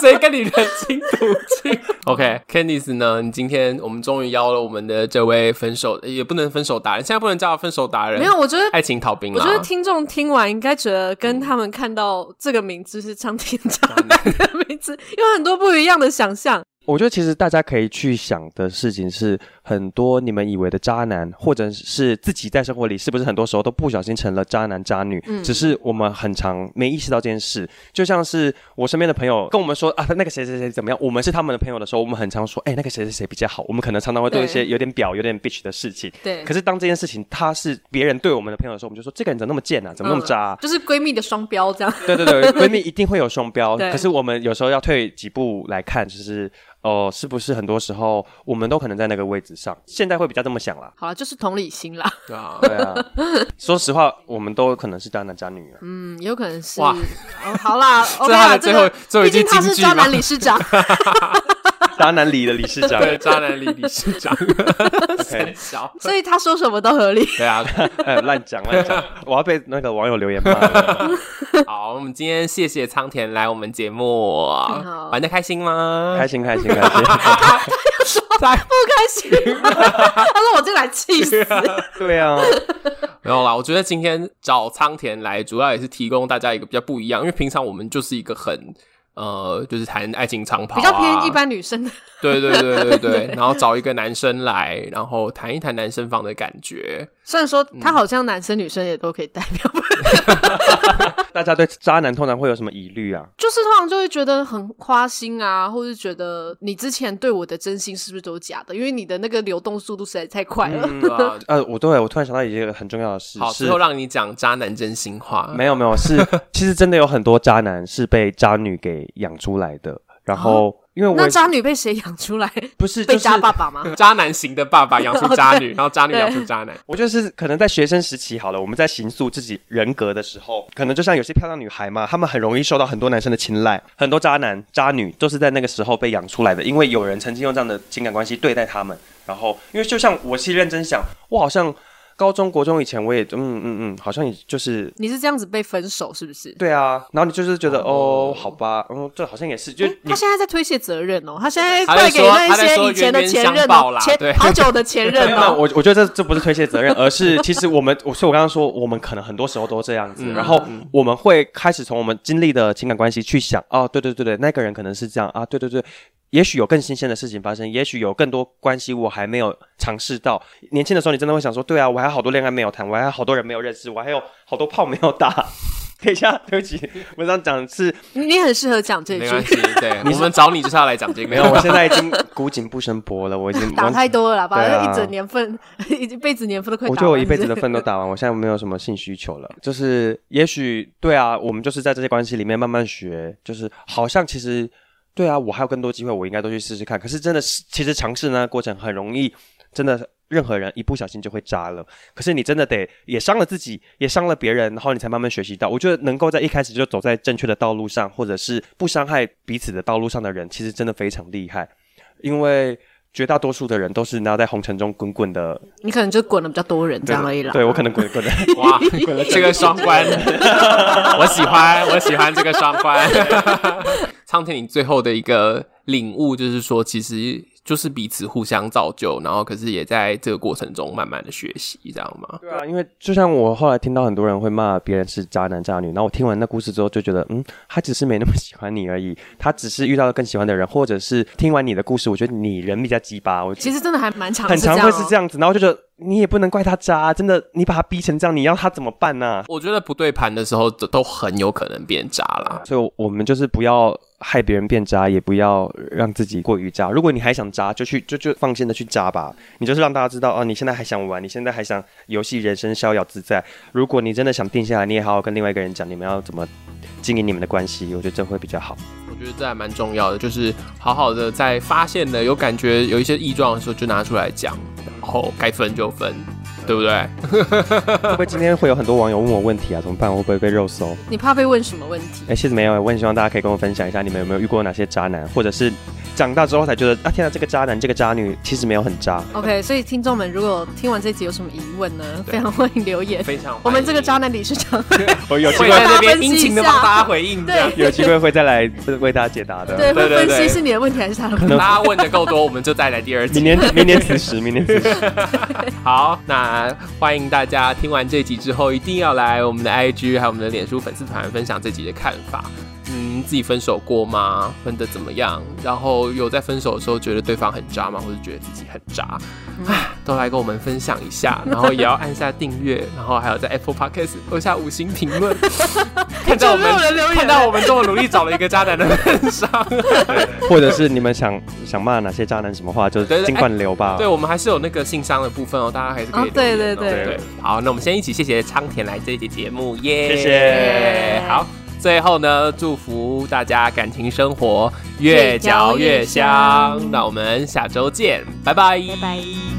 [SPEAKER 1] 谁跟你人情土 亲？OK，Candice、呢？你今天我们终于邀了我们的这位分手，也不能分手达人，现在不能叫他分手达人，
[SPEAKER 2] 没有，我觉得。
[SPEAKER 1] 爱啊情逃兵
[SPEAKER 2] 我
[SPEAKER 1] 啦
[SPEAKER 2] 觉。得听众听完应该觉得
[SPEAKER 1] 嗯
[SPEAKER 2] 跟他们看到这个名字是苍天渣男的名字，有很多不一样的想象。
[SPEAKER 3] 我觉得其实大家可以去想的事情是，很多你们以为的渣男，或者是自己在生活里是不是很多时候都不小心成了渣男渣女，只是我们很常没意识到这件事。就像是我身边的朋友跟我们说啊，那个谁谁谁怎么样，我们是他们的朋友的时候，我们很常说，哎、那个谁谁谁比较好。我们可能常常会做一些
[SPEAKER 2] 对
[SPEAKER 3] 有点表、有点 bitch 的事情。
[SPEAKER 2] 对
[SPEAKER 3] 可是当这件事情他是别人对我们的朋友的时候，我们就说这个人怎么那么贱啊，怎么那么渣、啊
[SPEAKER 2] 嗯就是闺蜜的双标这样。
[SPEAKER 3] 对 对对，闺蜜一定会有双标，
[SPEAKER 2] 对
[SPEAKER 3] 可是我们有时候要退几步来看，就是哦、呃是不是很多时候我们都可能在那个位置上？现在会比较这么想啦。
[SPEAKER 2] 好了，就是同理心 啦。
[SPEAKER 1] 对 啊，
[SPEAKER 3] 对啊， 说实话，我们都可能是渣男渣女啊。
[SPEAKER 2] 嗯，有可能是。
[SPEAKER 1] 哇
[SPEAKER 2] 哦、好啦
[SPEAKER 1] 这
[SPEAKER 2] ，OK
[SPEAKER 1] 是他
[SPEAKER 2] 啦，
[SPEAKER 1] 的
[SPEAKER 2] 这
[SPEAKER 1] 最后
[SPEAKER 2] 个
[SPEAKER 1] 最后一
[SPEAKER 2] 毕
[SPEAKER 1] 句
[SPEAKER 2] 竟他是
[SPEAKER 1] 金句
[SPEAKER 2] 渣
[SPEAKER 1] 吗
[SPEAKER 2] 男理事 长，
[SPEAKER 3] 渣男里的理事长，
[SPEAKER 1] 对，渣男李理事长， 三小，
[SPEAKER 2] 所以他说什么都 合理。
[SPEAKER 1] 对啊，
[SPEAKER 3] 哎乱讲乱 讲，我要被那个网友留言骂了。
[SPEAKER 1] 好，我们今天谢谢苍田来我们节目
[SPEAKER 2] 好，
[SPEAKER 1] 玩的开心吗？
[SPEAKER 3] 开心开心 开心，
[SPEAKER 1] 开
[SPEAKER 2] 不开 心吗？他说我进来气死。
[SPEAKER 3] 对啊，
[SPEAKER 1] 没有啦，我觉得今天找苍田来，主要也是提供大家一个比较不一样，因为平常我们就是一个很。呃，就是谈爱情长跑、啊，
[SPEAKER 2] 比较偏一。般女生的。
[SPEAKER 1] 对对对对对，然后找一个男生来，然后谈一谈男生房的感觉。
[SPEAKER 2] 虽然说
[SPEAKER 3] 嗯
[SPEAKER 2] 他好像男生女生也都可以代表，
[SPEAKER 3] 大家对渣男通常会有什么疑虑啊？
[SPEAKER 2] 就是通常就会觉得很花心啊，或是觉得你之前对我的真心是不是都是假的？因为你的那个流动速度实在太快了。
[SPEAKER 1] 嗯啊
[SPEAKER 3] 呃，我对我突然想到一件很重要的事，
[SPEAKER 1] 好，
[SPEAKER 3] 是
[SPEAKER 1] 之后让你讲渣男真心话。
[SPEAKER 3] 没有没有， 是其实真的有很多渣男是被渣女给养出来的。然后，因 为嗯我
[SPEAKER 2] 哦那
[SPEAKER 3] 也
[SPEAKER 2] 渣女被谁养出来？
[SPEAKER 3] 不是
[SPEAKER 2] 被
[SPEAKER 3] 就是
[SPEAKER 2] 渣爸爸吗？
[SPEAKER 1] 渣男型的爸爸养出渣女，
[SPEAKER 2] 哦对
[SPEAKER 1] 然后渣女养出渣男。
[SPEAKER 3] 我就是可能在学生时期好了，我们在形塑自己人格的时候，可能就像有些漂亮女孩嘛，她们很容易受到很多男生的青睐，很多渣男渣女都是在那个时候被养出来的，因为有人曾经用这样的情感关系对待她们。然后，因为就像我是认真想，我好像高中国中以前我也嗯嗯嗯，好像也就是。
[SPEAKER 2] 你是这样子被分手是不是？
[SPEAKER 3] 对啊，然后你就是觉得哦，好吧，嗯，这好像也是，就
[SPEAKER 2] 诶
[SPEAKER 3] 你
[SPEAKER 2] 他现在在推卸责任哦，他现在
[SPEAKER 1] 他在
[SPEAKER 2] 怪给
[SPEAKER 1] 说
[SPEAKER 2] 那
[SPEAKER 1] 他在
[SPEAKER 2] 些
[SPEAKER 1] 说
[SPEAKER 2] 以前的
[SPEAKER 1] 冤冤
[SPEAKER 2] 前
[SPEAKER 1] 相
[SPEAKER 2] 任
[SPEAKER 1] 报
[SPEAKER 2] 哦
[SPEAKER 1] 啦，
[SPEAKER 2] 前
[SPEAKER 1] 对
[SPEAKER 2] 好久的前任
[SPEAKER 3] 没有没有，
[SPEAKER 2] 哦。
[SPEAKER 3] 我我觉得这这不是推卸责任，而是其实我们，我所以我刚刚说，我们可能很多时候都这样子，
[SPEAKER 1] 嗯
[SPEAKER 3] 然后我们会开始从我们经历的情感关系去想，哦，对对对对，那个人可能是这样啊，对对对。也许有更新鲜的事情发生，也许有更多关系我还没有尝试到。年轻的时候，你真的会想说，对啊，我还有好多恋爱没有谈，我还有好多人没有认识，我还有好多炮没有打。 等一下，对不起，我这样讲是
[SPEAKER 2] 你你很适合讲这
[SPEAKER 1] 没
[SPEAKER 2] 句
[SPEAKER 1] 关，系， 对，我们找你就是要来讲这个。
[SPEAKER 3] 没有，我现在已 经古井不生薄了，我已经
[SPEAKER 2] 打
[SPEAKER 3] 完
[SPEAKER 2] 太多了啦，把
[SPEAKER 3] 对啊
[SPEAKER 2] 一整年份、 一辈子年份都快打
[SPEAKER 3] 我
[SPEAKER 2] 完
[SPEAKER 3] 觉得我一辈子
[SPEAKER 2] 了
[SPEAKER 3] 的份都打完，我现在没有什么性需求了。就是也许对啊，我们就是在这些关系里面慢慢学，就是好像其实对啊，我还有更多机会，我应该都去试试看。可是真的是，其实尝试呢过程很容易，真的任何人一不小心就会渣了。可是你真的得也伤了自己，也伤了别人，然后你才慢慢学习到。我觉得能够在一开始就走在正确的道路上，或者是不伤害彼此的道路上的人，其实真的非常厉害，因为。绝大多数的人都是那在红尘中滚滚的
[SPEAKER 2] 你可能就滚了比较多人这样而已啦。
[SPEAKER 3] 对我可能滚滚的，
[SPEAKER 1] 哇，这个双关， 我喜欢，我喜欢这个双关。 苍天，你最后的一个领悟就是说，其实就是彼此互相造就，然后可是也在这个过程中慢慢的学习，这样吗？
[SPEAKER 3] 对啊，因为就像我后来听到很多人会骂别人是渣男渣女，然后我听完那故事之后就觉得，嗯，他只是没那么 喜欢你而已，他只是遇到了更喜欢的人，或者是听完你的故事，我觉得你人比较鸡巴，我
[SPEAKER 2] 其实真的还蛮常
[SPEAKER 3] 很
[SPEAKER 2] 是这
[SPEAKER 3] 常
[SPEAKER 2] 样、
[SPEAKER 3] 会
[SPEAKER 2] 哦，
[SPEAKER 3] 是这样子，然后就觉得你也不能怪他渣，真的，你把他逼成这样，你要他怎么办啊呢、
[SPEAKER 1] 我觉得不对盘的时候，都都很有可能变渣啦。
[SPEAKER 3] 所以我们就是不要害别人变渣，也不要让自己过于渣。如果你还想渣，就去就就放心的去渣吧。你就是让大家知道哦，你现在还想玩，你现在还想游戏人生逍遥自在。如果你真的想定下来，你也好好跟另外一个人讲，你们要怎么经营你们的关系，我觉得这会比较 好。
[SPEAKER 1] 我觉得这还蛮重要的，就是好好的在发现了有感觉有一些异状的时候，就拿出来讲，然后该分就分，对不对？
[SPEAKER 3] 会不会今天会有很多网友问我问题啊？怎么办？我会不会被肉搜？
[SPEAKER 2] 你怕被问什么问题？
[SPEAKER 3] 哎、其实没有，我很希望大家可以跟我分享一下，你们有没有遇过哪些渣男，或者是长大之后才觉得啊，天啊，这个渣男，这个渣女其实没有很渣。
[SPEAKER 2] OK，所以听众们如果听完这集有什么疑问呢，
[SPEAKER 1] 对
[SPEAKER 2] 非常欢迎留言。
[SPEAKER 1] 非常欢迎。
[SPEAKER 2] 我们这个渣男理事长，
[SPEAKER 3] 我哦有机
[SPEAKER 1] 会
[SPEAKER 3] 会
[SPEAKER 1] 在那边殷勤的帮大家回应，这样。
[SPEAKER 3] 有机会会再 来为大家解答的。
[SPEAKER 2] 对，
[SPEAKER 1] 对
[SPEAKER 2] 会
[SPEAKER 1] 对
[SPEAKER 2] 分
[SPEAKER 1] 对
[SPEAKER 2] 析是你的问题还是他的问 题？
[SPEAKER 1] 大家问的够多，我们就再来第二
[SPEAKER 3] 明
[SPEAKER 1] 集。
[SPEAKER 3] 年明年此时，明年此时，
[SPEAKER 1] 好，那欢迎大家听完这集之后，一定要来我们的 IG 还有我们的脸书粉丝团分享自己的看法。嗯，自己分手过吗？分的怎么样？然后有在分手的时候觉得对方很渣吗？或者觉得自己很渣？
[SPEAKER 2] 嗯
[SPEAKER 1] 唉，都来跟我们分享一下，然后也要按下订阅，然后还有在 Apple Podcast 留下五星评 论。看到我们
[SPEAKER 2] 就没有人留言
[SPEAKER 1] 看到我们这么努力找了一个渣男的份上。
[SPEAKER 3] 或者是你们想想骂哪些渣男什么话，就
[SPEAKER 1] 对对哎
[SPEAKER 3] 尽管留吧。
[SPEAKER 1] 对，我们还是有那个信箱的部分哦，大家还是可以
[SPEAKER 2] 哦
[SPEAKER 1] 留言哦、
[SPEAKER 2] 对对
[SPEAKER 1] 对
[SPEAKER 2] 对
[SPEAKER 1] 好，那我们先一起谢谢苍田来这一节节目，耶、
[SPEAKER 3] 谢谢
[SPEAKER 1] 好，最后呢，祝福大家感情生活越嚼越香。那我们下周见，拜拜，
[SPEAKER 4] 拜拜。